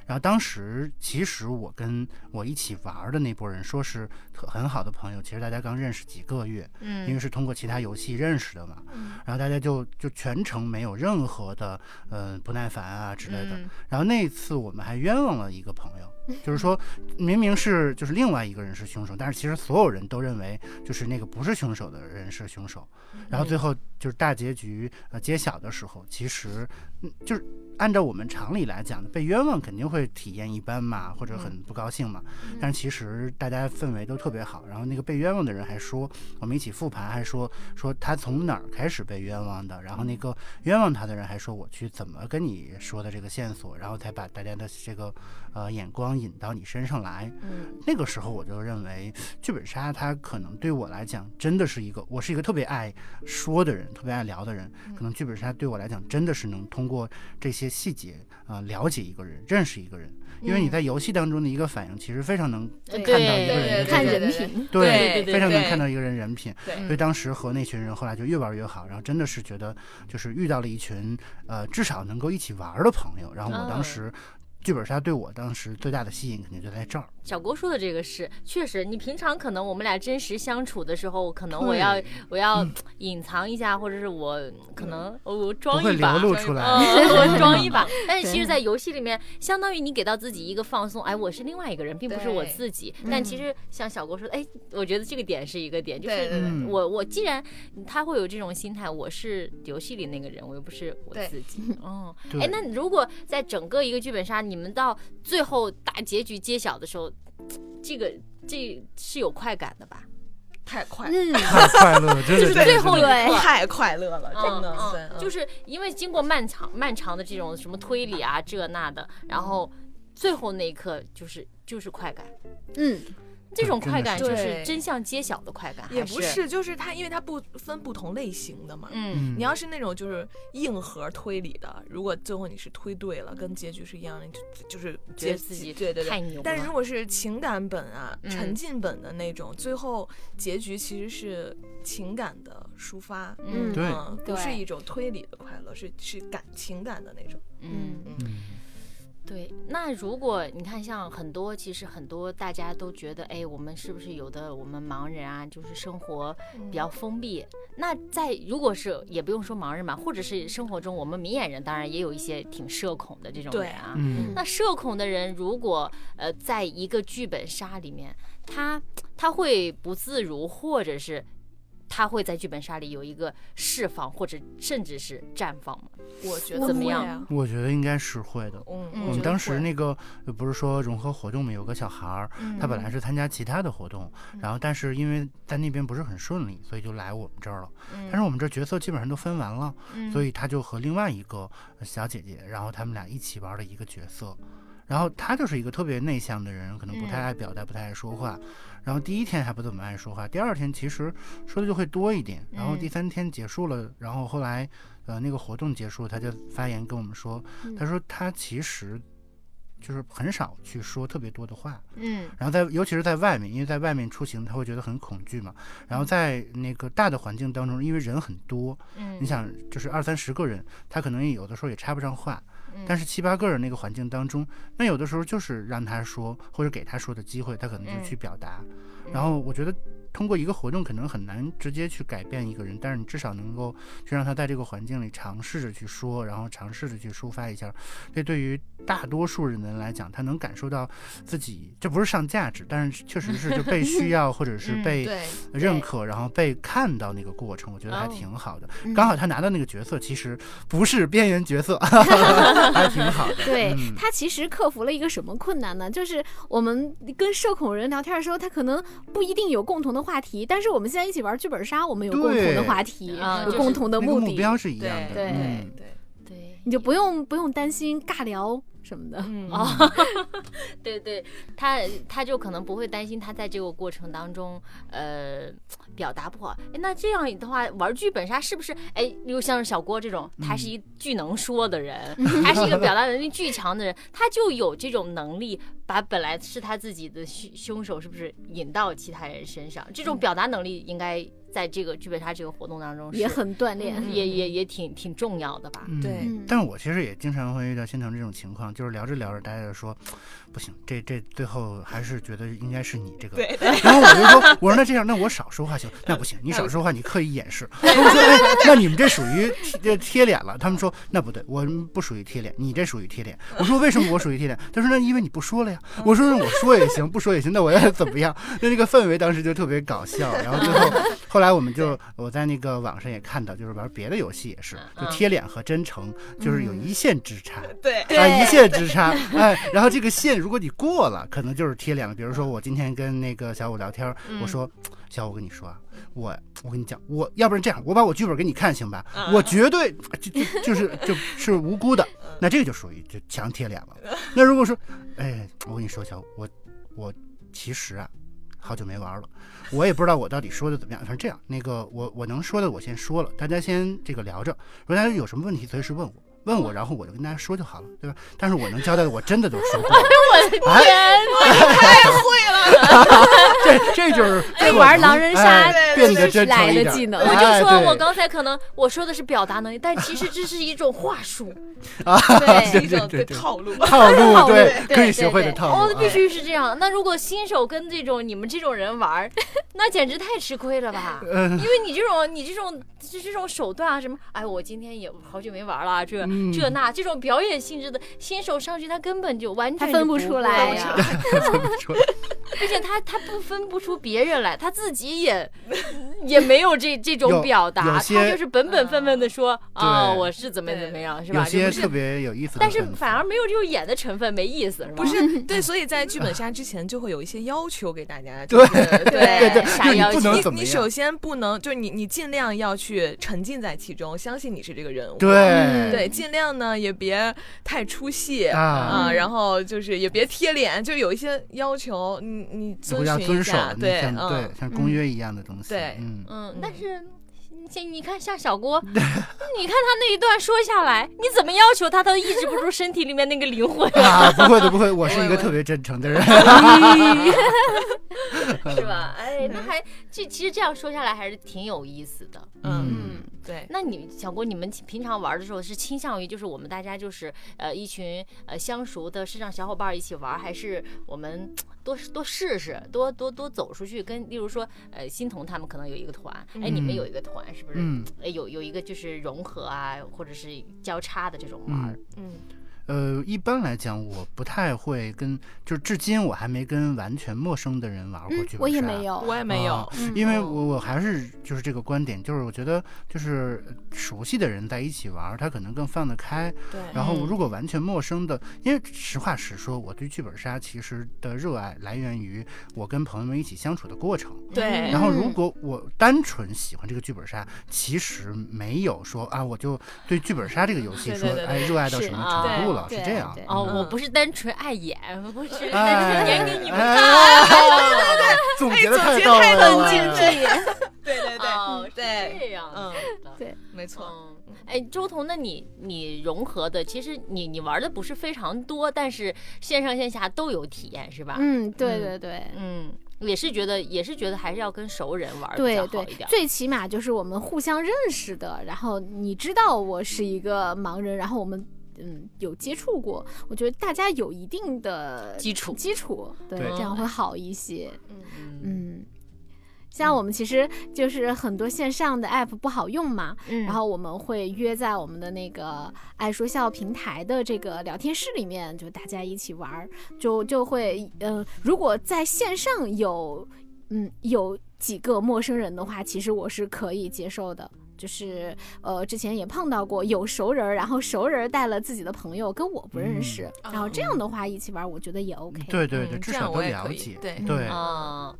S1: 然后当时其实我跟我一起玩儿的那波人，说是特很好的朋友，其实大家刚认识几个月，因为
S3: 嗯
S1: 是通过其他游戏认识的嘛。然后大家就就全程没有任何的呃不耐烦啊之类的。
S3: 嗯
S1: 然后那一次我们还冤枉了一个朋友，就是说明明是就是另外一个人是凶手，但是其实所有人都认为就是那个不是凶手的人是凶手。然后最后就是大结局呃揭晓的时候，其实嗯就是按照我们常理来讲，被冤枉肯定会体验一般嘛，或者很不高兴嘛。但是其实大家氛围都特别好，然后那个被冤枉的人还说，我们一起复盘还说说他从哪儿开始被冤枉的，然后那个冤枉他的人还说我去怎么跟你说的这个线索，然后才把大家的这个呃眼光引到你身上来。
S2: 嗯
S1: 那个时候我就认为剧本杀它可能对我来讲真的是一个，我是一个特别爱说的人，特别爱聊的人，可能剧本杀对我来讲真的是能通过这些细节啊、呃了解一个人，认识一个人，因为你在游戏当中的一个反应其实非常能
S4: 对
S1: 看到一个人
S3: 对
S2: 对对
S1: 的
S2: 对
S4: 看
S1: 这个
S4: 人品，
S3: 对对对
S1: 非常能
S2: 对
S1: 看到一个人人品。
S2: 对
S1: 所以当时和那群人后来就越玩越好，然后真的是觉得就是遇到了一群呃至少能够一起玩的朋友。然后我当
S3: 嗯
S1: 时剧本杀对我当时最大的吸引肯定就在这儿。
S3: 小郭说的这个是，确实，你平常可能我们俩真实相处的时候，可能我
S1: 对嗯
S3: 要我要隐藏一下，或者是我可能我装
S1: 不会
S3: 一把，
S1: 流露
S3: 装一
S1: 出来
S3: 把
S1: [laughs]
S3: 嗯我装一把。但是其
S4: 对
S3: 实，在游戏里面，相当于你给到自己一个放松，哎，我是另外一个人，并不是我
S2: 对
S3: 自己。
S1: 嗯
S3: 但其实像小郭说的，哎，我觉得这个点是一个点，就
S2: 对
S3: 是
S2: 对对
S1: 嗯
S3: 我我既然他会有这种心态，我是游戏里那个人，我又不是我
S2: 对
S3: 自
S1: [laughs]
S3: 己。嗯，
S1: 对
S3: 哎，那如果在整个一个剧本杀，你们到最后大结局揭晓的时候，这个这是有快感的吧？
S2: 太快，
S4: 嗯，
S1: 太快乐了，真的
S3: 就是最后一
S1: 真的
S4: 对
S3: 刻。
S2: 太快乐了，真的，对
S3: 嗯，
S2: 嗯
S3: 就是因为经过漫长漫长的这种什么推理啊这那的，然后嗯最后那一刻就是就是快感，
S4: 嗯，
S3: 这种
S1: 真的
S3: 快感
S1: 是
S3: 就是
S2: 对
S3: 真相揭晓的快感，
S2: 也
S3: 还
S2: 不
S3: 是，
S2: 是，就是它，因为它不分不同类型的嘛。
S3: 嗯，
S1: 嗯
S2: 你要是那种就是硬核推理的，如果最后你是推对了，跟结局是一样的，你就就是
S3: 觉
S2: 结
S3: 得自己
S2: 对对对
S3: 太。牛了。
S2: 但是如果是情感本啊、
S3: 嗯
S2: 沉浸本的那种，最后结局其实是情感的抒发，
S3: 嗯
S1: 对
S2: 嗯，不是
S4: 对
S2: 一种推理的快乐，是是感情感的那种。
S3: 嗯。
S1: 嗯
S3: 对，那如果你看，像很多其实很多大家都觉得，哎，我们是不是有的我们盲人啊，就是生活
S2: 嗯
S3: 比较封闭。那在如果是也不用说盲人嘛，或者是生活中我们明眼人，当然也有一些挺社恐的这种
S2: 对
S3: 人啊。
S1: 嗯
S3: 那社恐的人，如果呃在一个剧本杀里面，他他会不自如，或者是他会在剧本杀里有一个释放，或者甚至是绽放吗？
S2: 我觉
S3: 得
S2: 得
S3: 怎么
S2: 会
S3: 样
S2: 啊？
S1: 我觉得应该是会的。
S2: 嗯，
S3: 嗯
S1: 我
S2: 觉
S1: 们
S2: 得
S1: 当
S2: 会
S1: 时那个呃不是说融合活动嘛，有个小孩儿，
S3: 嗯
S1: 他本来是参加其他的活动，然后但是因为在那边不是很顺利，所以就来我们这儿了。
S3: 嗯
S1: 但是我们这角色基本上都分完了，所以他就和另外一个呃小姐姐，然后他们俩一起玩了一个角色。然后他就是一个特别内向的人，可能不太
S3: 嗯
S1: 爱表达，不太爱说话。然后第一天还不怎么爱说话，第二天其实说的就会多一点。然后第
S3: 嗯
S1: 三天结束了，然后后来呃那个活动结束，他就发言跟我们说，
S3: 嗯
S1: 他说他其实就是很少去说特别多的话，
S3: 嗯
S1: 然后在尤其是在外面，因为在外面出行他会觉得很恐惧嘛。然后在那个大的环境当中，因为人很多，
S3: 嗯
S1: 你，想就是二三十个人，他可能也有的时候也插不上话。
S3: 嗯
S1: 但是七八个人那个环境当中，那有的时候就是让他说或者给他说的机会，他可能
S3: 嗯
S1: 就去表达。然后我觉得通过一个活动可能很难直接去改变一个人，但是你至少能够去让他在这个环境里尝试着去说，然后尝试着去抒发一下。这对于大多数人来讲，他能感受到自己这不是上价值，但是确实是就被需要或者是
S3: 嗯
S1: 被
S2: 对
S1: 认可，然后被看到那个过程，我觉得还
S3: 哦
S1: 挺好的。
S4: 嗯
S1: 刚好他拿到那个角色，其实不是边缘角色， [laughs] 还挺好的。
S4: 对
S1: 嗯
S4: 他其实克服了一个什么困难呢？就是我们跟社恐人聊天的时候，他可能不一定有共同的话题，但是我们现在一起玩剧本杀，我们有共同的
S1: 对
S4: 话题，
S3: 啊
S4: 有
S3: 就是
S4: 共同的
S1: 那个
S4: 目的，
S1: 目标是一样的。
S2: 对
S4: 对
S1: 嗯
S2: 对，
S3: 对，
S4: 你就不用不用担心尬聊什么的。
S2: 嗯
S3: 哦，对对，他他就可能不会担心他在这个过程当中，呃，表达不好。哎，那这样的话，玩剧本杀是不是？哎，又像是小郭这种，
S1: 嗯
S3: 他是一巨能说的
S1: [laughs]
S3: 人，他是一个表达能力巨强的人，他就有这种能力，把本来是他自己的凶凶手，是不是引到其他人身上？
S1: 嗯
S3: 这种表达能力应该在这个剧本杀这个活动当中是
S4: 也很锻炼，
S3: 也也也挺挺重要的吧？
S1: 嗯
S2: 对
S4: 嗯
S1: 但我其实也经常会遇到现场这种情况，就是聊着聊着，大家就说，不行，这这最后还是觉得应该是你这个。
S2: 对对
S1: 然后我就说，我说那这样，那我少说话行？那不行，你少说话，你刻意掩饰。 [laughs] 我说，哎，那你们这属于贴贴脸了。他们说，那不对，我们不属于贴脸，你这属于贴脸。我说为什么我属于贴脸？他说那因为你不说了呀。我说那我说也行，不 [laughs] 说也行，那我要怎么样？那那个氛围当时就特别搞笑。然后最后，后来我们就我在那个网上也看到，就是玩别的游戏也是，就贴脸和真诚就是有一线之差。
S2: 对
S1: 啊，一线之差，哎，然后这个线如果你过了，可能就是贴脸了。比如说我今天跟那个小五聊天儿，我说小五，我跟你说啊，我我跟你讲，我要不然这样，我把我剧本给你看行吧？我绝对就就就是就是无辜的，那这个就属于就强贴脸了。那如果说，哎，我跟你说，小我我其实啊，好久没玩了，我也不知道我到底说的怎么样。反正这样，那个我我能说的我先说了，大家先这个聊着，如果大家有什么问题随时问我。问我，然后我就跟大家说就好了，对吧？但是我能交代的，我真的都说过了。
S3: 我的
S1: 哎
S3: 天
S1: 这这就是
S4: 哎玩狼人杀
S1: 哎变得真
S4: 这是
S1: 诚
S4: 来
S1: 一
S4: 的
S1: 点
S4: 技能
S3: 我
S1: 哎
S3: 就说
S1: 对
S3: 我刚才可能我说的是表达能力，但其实这是一种话术，
S1: 对
S4: 对，
S2: 一
S1: 啊对
S2: 种
S1: 对
S2: 对
S1: 对 [laughs]
S2: 套路。
S1: 套路，
S4: 套路
S1: 对，
S4: 对
S1: 可以
S4: 对
S1: 学会的
S4: 对
S1: 套
S3: 哦
S1: 路，，啊
S3: 必须是这样。那如果新手跟这种你们这种人玩儿， [laughs] 那简直太吃亏了吧？
S1: 嗯
S3: 因为你这种你这种这这种手段啊什么，哎，我今天也好久没玩了啊，这
S1: 嗯
S3: 这那这种表演性质的新手上去，他根本就完全
S4: 他
S3: 就
S4: 分
S3: 不
S4: 不出来
S3: 会
S4: 呀、
S1: 分不出来
S3: 而且他他不分不出别人来，他自己也 [laughs] 也没有这这种
S1: 有
S3: 表
S1: 有
S3: 达，他
S1: 些嗯
S3: 就是本本分分的说啊，
S1: 对
S3: 我是怎么怎么样，是吧？
S1: 有
S3: 就
S1: 些
S3: 不是
S1: 特别有意思的
S3: 但
S1: 分
S3: 是
S1: 法，
S3: 反而没有这种演的成分，没意思，是吧？
S2: 不是对，所以在剧本杀之前就会有一些要求给大家，
S1: 对
S2: 就是
S1: [laughs] 对
S2: 对
S1: 对，
S3: 啥
S1: 就是
S3: 要
S1: 你不能
S3: 求
S1: 怎么
S2: 你你
S1: 样
S2: 首，先不能，就是你你尽量要去沉浸在其中，相信你是这个人物，
S1: 对
S2: 对尽量呢也别太出戏
S1: 嗯啊
S2: 啊，然后就是也别贴脸，就有一些要求，你你
S1: 你
S2: 遵
S1: 不要
S2: 循
S1: 遵
S2: 一
S1: 守
S2: 下，，
S1: 你
S2: 对，
S1: 像
S2: 嗯，
S1: 对像公约一样的东西，
S2: 对
S3: [laughs]
S1: 嗯，
S3: 嗯
S2: 嗯，
S3: 但是。像你看，像小郭， [laughs] 你看他那一段说下来，你怎么要求他，他都抑制不住身体里面那个灵魂 [laughs] 啊，
S1: 啊，不会的不会，我是
S2: 我
S1: 一个
S2: 我
S1: 特别真诚的人， [laughs]
S3: 是吧？哎，那还这其实这样说下来还是挺有意思的。
S2: 嗯，
S1: 嗯，
S2: 对，
S3: 那你小郭，你们平常玩的时候是倾向于就是我们大家就是呃一群呃相熟的市场小伙伴一起玩，还是我们多多试试，多多多走出去跟，例如说呃欣桐他们可能有一个团，哎你们
S1: 嗯
S3: 有一个团是不是？
S1: 嗯
S3: 哎有有一个就是融合啊，或者是交叉的这种玩儿， [laughs]
S2: 嗯
S1: 呃，一般来讲，我不太会跟，就是至今我还没跟完全陌生的人玩过
S4: 嗯
S1: 剧本杀，，
S4: 我也没有，
S2: 我也没
S1: 啊
S2: 有，
S4: 嗯
S1: 因为
S3: 哦
S1: 我我还是就是这个观点，就是我觉得就是熟悉的人在一起玩儿，他可能更放得开。
S2: 对，
S1: 然后
S3: 嗯
S1: 如果完全陌生的，因为实话实说，我对剧本杀其实的热爱来源于我跟朋友们一起相处的过程。
S2: 对
S1: 然后，如
S4: 嗯
S1: 果我单纯喜欢这个剧本杀，其实没有说啊，我就对剧本杀这个游戏
S2: 对
S1: 说
S2: 对对
S1: 哎热爱到
S4: 是
S1: 什
S3: 啊
S1: 么程度了，是
S4: 对
S1: 这样
S4: 对。
S3: 哦，
S2: 嗯
S3: 我不是单纯爱演，我是单
S1: 哎
S3: 纯演给你们
S1: 哎
S3: 看。
S1: 哎总结的太
S2: 哎总结
S1: 到
S2: 太
S1: 位
S2: 冷
S1: 了
S2: 静
S1: 哎
S2: 对对
S3: 哦
S2: 对
S3: 是
S2: 对，
S3: 这样
S2: 嗯
S3: 子的。
S2: 没错，
S3: 嗯，哎，周彤，那你你融合的，其实你你玩的不是非常多，但是线上线下都有体验，是吧？
S4: 嗯，对
S3: 嗯
S4: 对对。
S3: 嗯，也是觉得也是觉得还是要跟熟人玩比较
S4: 对
S3: 好
S4: 对
S3: 一点，。
S4: 最起码就是我们互相认识的，然后你知道我是一个盲人，然后我们嗯有接触过，我觉得大家有一定的
S3: 基础
S4: 基础，对，
S1: 对
S4: 这样会好一些。
S3: 嗯
S4: 嗯，像我们其实就是很多线上的 app 不好用嘛，
S3: 嗯
S4: 然后我们会约在我们的那个爱说笑平台的这个聊天室里面，就大家一起玩儿，就就会，呃，如果在线上有，嗯，有几个陌生人的话，其实我是可以接受的。就是呃，之前也碰到过有熟人儿，然后熟人儿带了自己的朋友，跟我不认识，
S2: 嗯
S4: 然后这样的话一起玩儿，我觉得也 OK。
S1: 对对对，
S2: 嗯
S1: 至
S2: 这样
S1: 少
S2: 我
S1: 都
S2: 也
S1: 了
S2: 可以
S1: 解。
S2: 对嗯
S1: 对，
S3: 啊，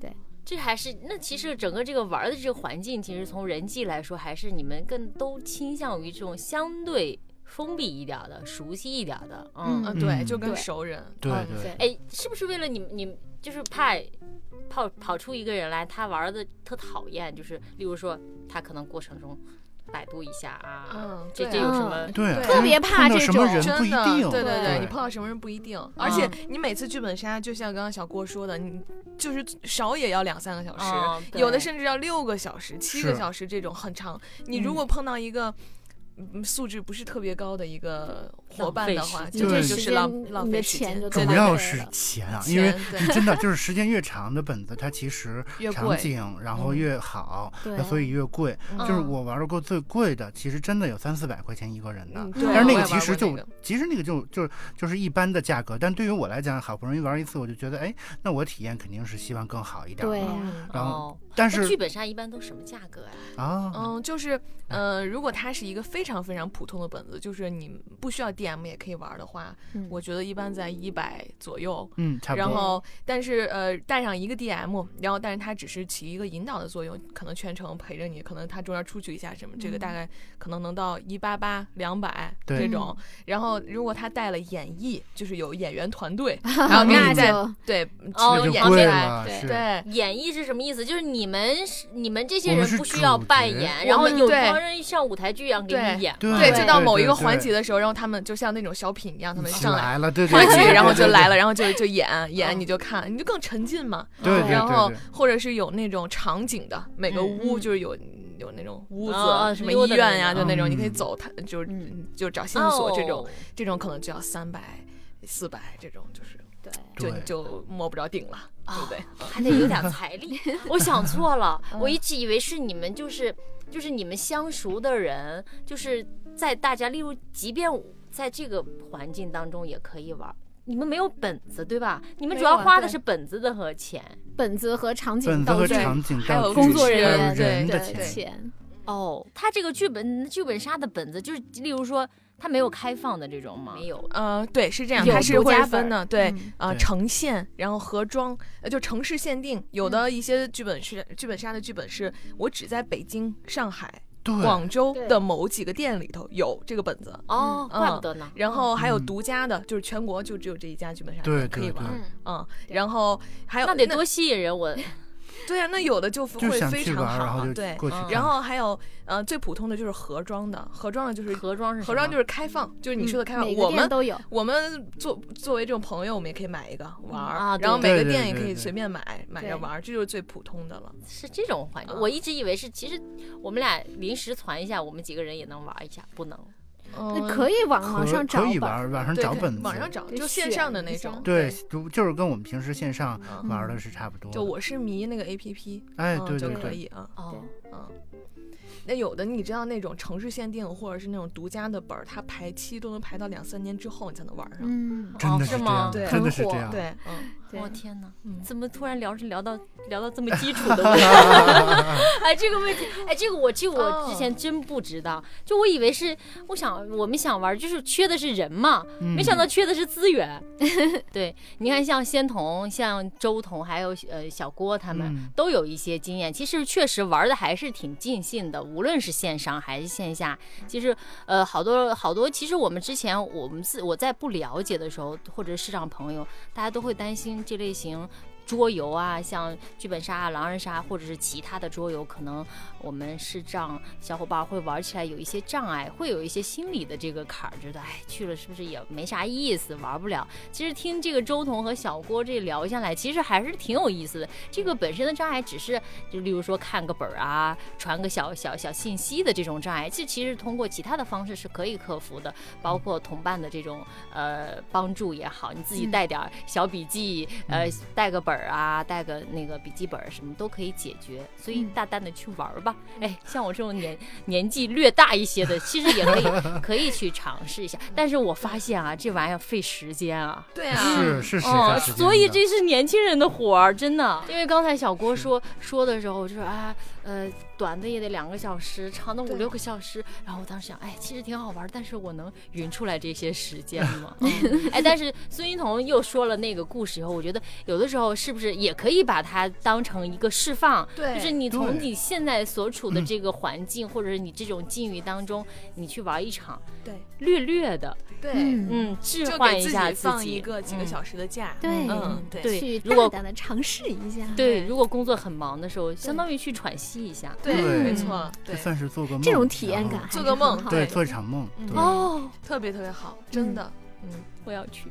S4: 对，
S3: 这还是那其实整个这个玩的这个环境，其实从人际来说，还是你们更都倾向于这种相对封闭一点的、熟悉一点的，嗯
S4: 嗯
S2: 嗯，对，
S1: 嗯
S2: 就跟
S4: 对
S2: 熟人，
S1: 对
S4: 嗯
S1: 对，
S3: 哎，是不是为了你们你们就是怕跑跑出一个人来，他玩的特讨厌，就是例如说他可能过程中百度一下啊，
S2: 嗯
S3: 这
S2: 对
S3: 这有什
S4: 嗯
S3: 么？
S1: 对，
S2: 特
S4: 别怕
S1: 碰到
S4: 这
S1: 什么
S4: 种
S1: 人
S2: 真
S1: 不一
S2: 的，
S1: 定，
S2: 对对
S1: 对，嗯
S2: 你碰到什么人不一定，而且你每次剧本杀，就像刚刚小郭说的，你就是少也要两三个小
S1: 哦
S2: 时，
S3: 嗯
S2: 哦有的
S3: 对
S2: 甚至要六个小时、七个
S1: 是
S2: 小时这种很长。你如果碰到一个。嗯素质不是特别高的一个伙伴的话，
S3: 浪费时
S2: 就
S1: 间对
S2: 这就是
S4: 你的
S2: 浪
S4: 时间
S2: 浪
S4: 你
S2: 费
S4: 的
S2: 时
S4: 钱
S2: 间，
S4: 就
S2: 对
S1: 主
S4: 浪
S2: 对
S4: 费
S1: 要
S4: 了
S1: 是钱啊，
S2: 对
S1: 因为
S2: 钱
S1: 你
S2: 对
S1: 真的就是时间越长的本子，它其实
S2: 越
S1: 场
S2: 贵，
S1: 景然后越好，
S4: 对
S1: 那所以越贵。
S2: 嗯
S1: 就是我玩过最贵的，其实真的有三四百块钱一个人的
S2: 嗯，
S4: 对
S1: 啊但是
S4: 我
S1: 那
S4: 也
S1: 个
S4: 玩
S1: 其实
S2: 过
S1: 就
S2: 那个
S1: 其实那个就就是就是一般的价格，但对于我来讲，好不容易玩一次，我就觉得哎，那我体验肯定是希望更好一点。
S4: 对，呀、
S2: 嗯
S1: 然后
S3: 哦，
S1: 但
S3: 那剧
S1: 是
S3: 本杀一般都什么价格呀、
S1: 啊，
S2: 嗯嗯，就是，呃，如果它是一个非常非常普通的本子，就是你不需要 DM 也可以玩的话，
S4: 嗯
S2: 我觉得一般在一百左右。
S1: 嗯，差不
S2: 然
S1: 多。
S2: 后，但是呃，带上一个 DM，然后但是它只是起一个引导的作用，可能全程陪着你，可能它中间出去一下什么，这
S4: 嗯
S2: 个大概可能能到一八八、两百
S1: 对
S2: 这种。然后，如果他带了演绎，就是有演员
S1: [laughs]
S2: 团队，然后给
S4: 那
S2: 你再
S4: 就
S2: 对
S3: 哦
S2: 只
S1: 嗯这
S2: 有
S1: 就
S2: 演
S3: 出
S2: 起
S1: 贵
S2: 来，
S1: 了，
S3: 对
S1: 是嗯
S2: 对，
S3: [laughs] 演绎是什么意思？就是你们是你们这些
S1: 我们
S3: 人
S1: 是
S3: 不需要
S1: 主角
S3: 扮演，
S2: 我
S3: 然后
S2: 们
S3: 有
S2: 对
S3: 帮人像舞台剧一样给
S2: 对
S3: 你演。哦
S1: 对
S2: 对，
S4: 对
S2: 就到某一个
S1: 对
S2: 环
S1: 对嗯
S2: 节的时候，让他们就像那种小品一样，他们
S1: 起
S2: 上来
S1: 来了，对对
S2: 话
S1: 对，
S2: 剧，
S1: 对
S2: 然后就来，
S1: 对
S2: 了，然后就就演演，
S3: 嗯
S2: 你就看，你就更沉浸嘛。
S1: 对对
S2: 然后
S1: 对
S2: 或者是有那种场景的，每个
S3: 嗯
S2: 屋
S4: 嗯
S2: 就是有有那种屋
S3: 哦
S2: 子，
S3: 哦
S2: 什么
S3: 溜
S2: 医
S3: 达
S2: 院
S3: 那
S2: 呀，
S3: 种
S2: 就那种你可以
S1: 嗯
S2: 走，它就是
S4: 嗯
S2: 就找线索
S3: 哦，
S2: 这种，这种可能就要三百、四百这种，就是
S4: 对，
S2: 就
S1: 对
S2: 你就摸不着顶了，对不对？
S3: 还得啊有点财
S2: [laughs]
S3: 力。我想错了，
S2: 嗯
S3: 我一直以为是你们就是就是你们相熟的人，就是在大家，例如即便在这个环境当中也可以玩。你们没有本子对吧？你们主要
S2: 没有啊
S3: 花的
S2: 对
S3: 是本子的和钱
S4: 本子和场景
S1: 本子
S4: 道
S1: 和
S4: 具，
S1: 场景
S2: 还
S1: 道
S2: 有
S1: 具
S4: 工作人
S1: 还有
S4: 员
S1: 人的
S2: 对
S4: 的
S2: 对
S4: 钱，
S3: 哦。他这个剧本剧本杀的本子就是，例如说他没有开放的这种吗？没有，
S2: 呃，对，是这样，
S4: 有
S2: 它是
S4: 独
S2: 会
S4: 家
S2: 分
S4: 本
S2: 的，对。
S4: 嗯
S2: 啊、
S1: 对
S2: 呈现，然后盒装，呃，就城市限定。有的一些剧本是、剧本杀的剧本是，我只在北京、上海、
S1: 对
S2: 广州
S4: 对
S2: 的某几个店里头有这个本子，
S3: 哦，
S2: 嗯
S3: 怪不得呢。
S2: 然后还有
S1: 嗯
S2: 独家的，就是全国就只有这一家剧本杀
S1: 对
S2: 店可以
S1: 对
S2: 玩。
S1: 对
S4: 嗯，
S2: 嗯，然后还有
S3: 那得多吸引人，我
S2: 对啊，那有的就
S1: 就
S2: 会
S1: 想
S2: 非
S1: 去
S2: 常
S1: 玩，然
S2: 好
S1: 后
S2: 啊，
S1: 就
S2: 对。
S1: 过去
S3: 嗯
S1: 看，
S2: 然后还有呃，最普通的就是盒装的，盒装的就是
S3: 盒装是
S2: 盒装就是是开放，就是你说的开放，
S4: 嗯每个
S2: 我们
S4: 店都有，
S2: 我们作作为这种朋友，我们也可以买一个
S4: 嗯
S2: 玩儿，
S3: 啊
S2: 然后
S3: 对
S2: 每
S1: 对
S2: 个
S1: 对
S2: 店也
S1: 对
S2: 可
S1: 对
S2: 以随便买，买着
S4: 对
S2: 玩儿，这就是最普通的了。
S3: 是这种环境。
S2: 啊
S3: 我一直以为是，其实我们俩临时团一下，我们几个人也能玩一下，不能。
S2: 嗯
S4: 那可以往网
S1: 可
S4: 上找
S1: 可以
S4: 本儿，
S1: 玩，网上
S2: 对
S1: 嗯找
S2: 可以
S1: 本子，
S2: 网上找
S4: 就
S2: 就线
S4: 选
S2: 上的
S4: 一
S2: 那
S4: 下
S2: 种。
S1: 对
S4: 对，
S1: 就就是跟我们平时线上
S2: 嗯
S1: 玩的是差不多的。
S2: 就我是迷那个 A P P，
S1: 哎，
S2: 嗯，
S1: 对
S2: 就
S1: 对
S2: 可
S1: 对，
S2: 以啊，
S3: 哦，
S2: 嗯。那有的你知道那种城市限定或者是那种独家的本儿，它排期都能排到两三年之后你才能玩上。
S4: 嗯，
S1: 真的
S3: 哦、是
S1: 这
S3: 吗
S1: 样，
S2: 对
S1: 的，真的是
S4: 很火
S1: 这样。
S2: 对，嗯，
S4: 对
S3: 我、天哪，
S2: 嗯
S3: 怎么突然聊着聊到聊到这么基础的问题？ [laughs] 哎，这个问题，哎，这个我这个我之前真不知道，就我以为是，我想我们想玩，就是缺的是人嘛，
S1: 嗯
S3: 没想到缺的是资源。对，你看像仙童、像周彤，还有呃小郭他们。
S1: 嗯
S3: 都有一些经验，其实确实玩的还是挺尽兴的，无论是线上还是线下，其实呃好多好多，其实我们之前我们自我在不了解的时候，或者市场朋友，大家都会担心这类型。桌游啊，像剧本杀、啊、狼人杀，或者是其他的桌游，可能我们视障小伙伴会玩起来有一些障碍，会有一些心理的这个坎儿，觉得哎去了是不是也没啥意思，玩不了。其实听这个周彤和小郭这聊下来，其实还是挺有意思的。这个本身的障碍只是，就例如说看个本儿啊，传个小小小信息的这种障碍，这其实通过其他的方式是可以克服的，包括同伴的这种呃帮助也好，你自己
S4: 嗯
S3: 带点儿小笔记，呃
S1: 嗯，
S3: 带个本儿啊，带个那个笔记本儿什么都可以解决，所以
S4: 嗯
S3: 大胆的去玩儿吧。哎，像我这种年 [laughs] 年纪略大一些的，其实也可以可以去尝试一下，但是我发现啊，这玩意儿费时间啊。
S2: 对啊，
S1: 是是是
S3: 哦，
S1: 是是
S3: 所以
S1: 的
S3: 这是年轻人的活儿，真的。因为刚才小郭说说的时候，我就说啊，呃，短的也得两个小时，长的五
S2: 对
S3: 六个小时。然后我当时想，哎，其实挺好玩儿，但是我能匀出来这些时间 [laughs] 吗？嗯哎，但是孙一彤又说了那个故事以后，我觉得有的时候是不是也可以把它当成一个释放？
S2: 对，
S3: 就是你从
S1: 对嗯
S3: 你现在所处的这个环境，或者是你这种境遇当中，你去玩一场，
S2: 对
S3: 略略的，
S2: 对，
S4: 嗯，
S3: 嗯，置
S2: 就
S3: 换
S2: 给
S3: 一
S2: 自
S3: 下
S2: 己
S3: 自
S2: 放
S3: 己
S2: 一个几个
S3: 嗯
S2: 小时的假，
S4: 对
S2: 嗯，对
S3: 对
S4: 去
S3: 如果
S4: 大胆的尝试一下，
S3: 对，
S2: 对
S3: 如果工作很忙的时候，相当于去喘息一下。
S2: 对，
S1: 对
S2: 没错，对
S1: 这，算是做个梦，
S4: 这种体验
S1: 然后
S4: 感还
S2: 做
S4: 是
S2: 个
S4: 很
S2: 梦
S4: 好
S1: 对，
S4: 的
S1: 做一场梦，
S2: 嗯
S1: 对
S3: 哦，
S2: 特别特别好，真的，嗯。
S3: 我要去。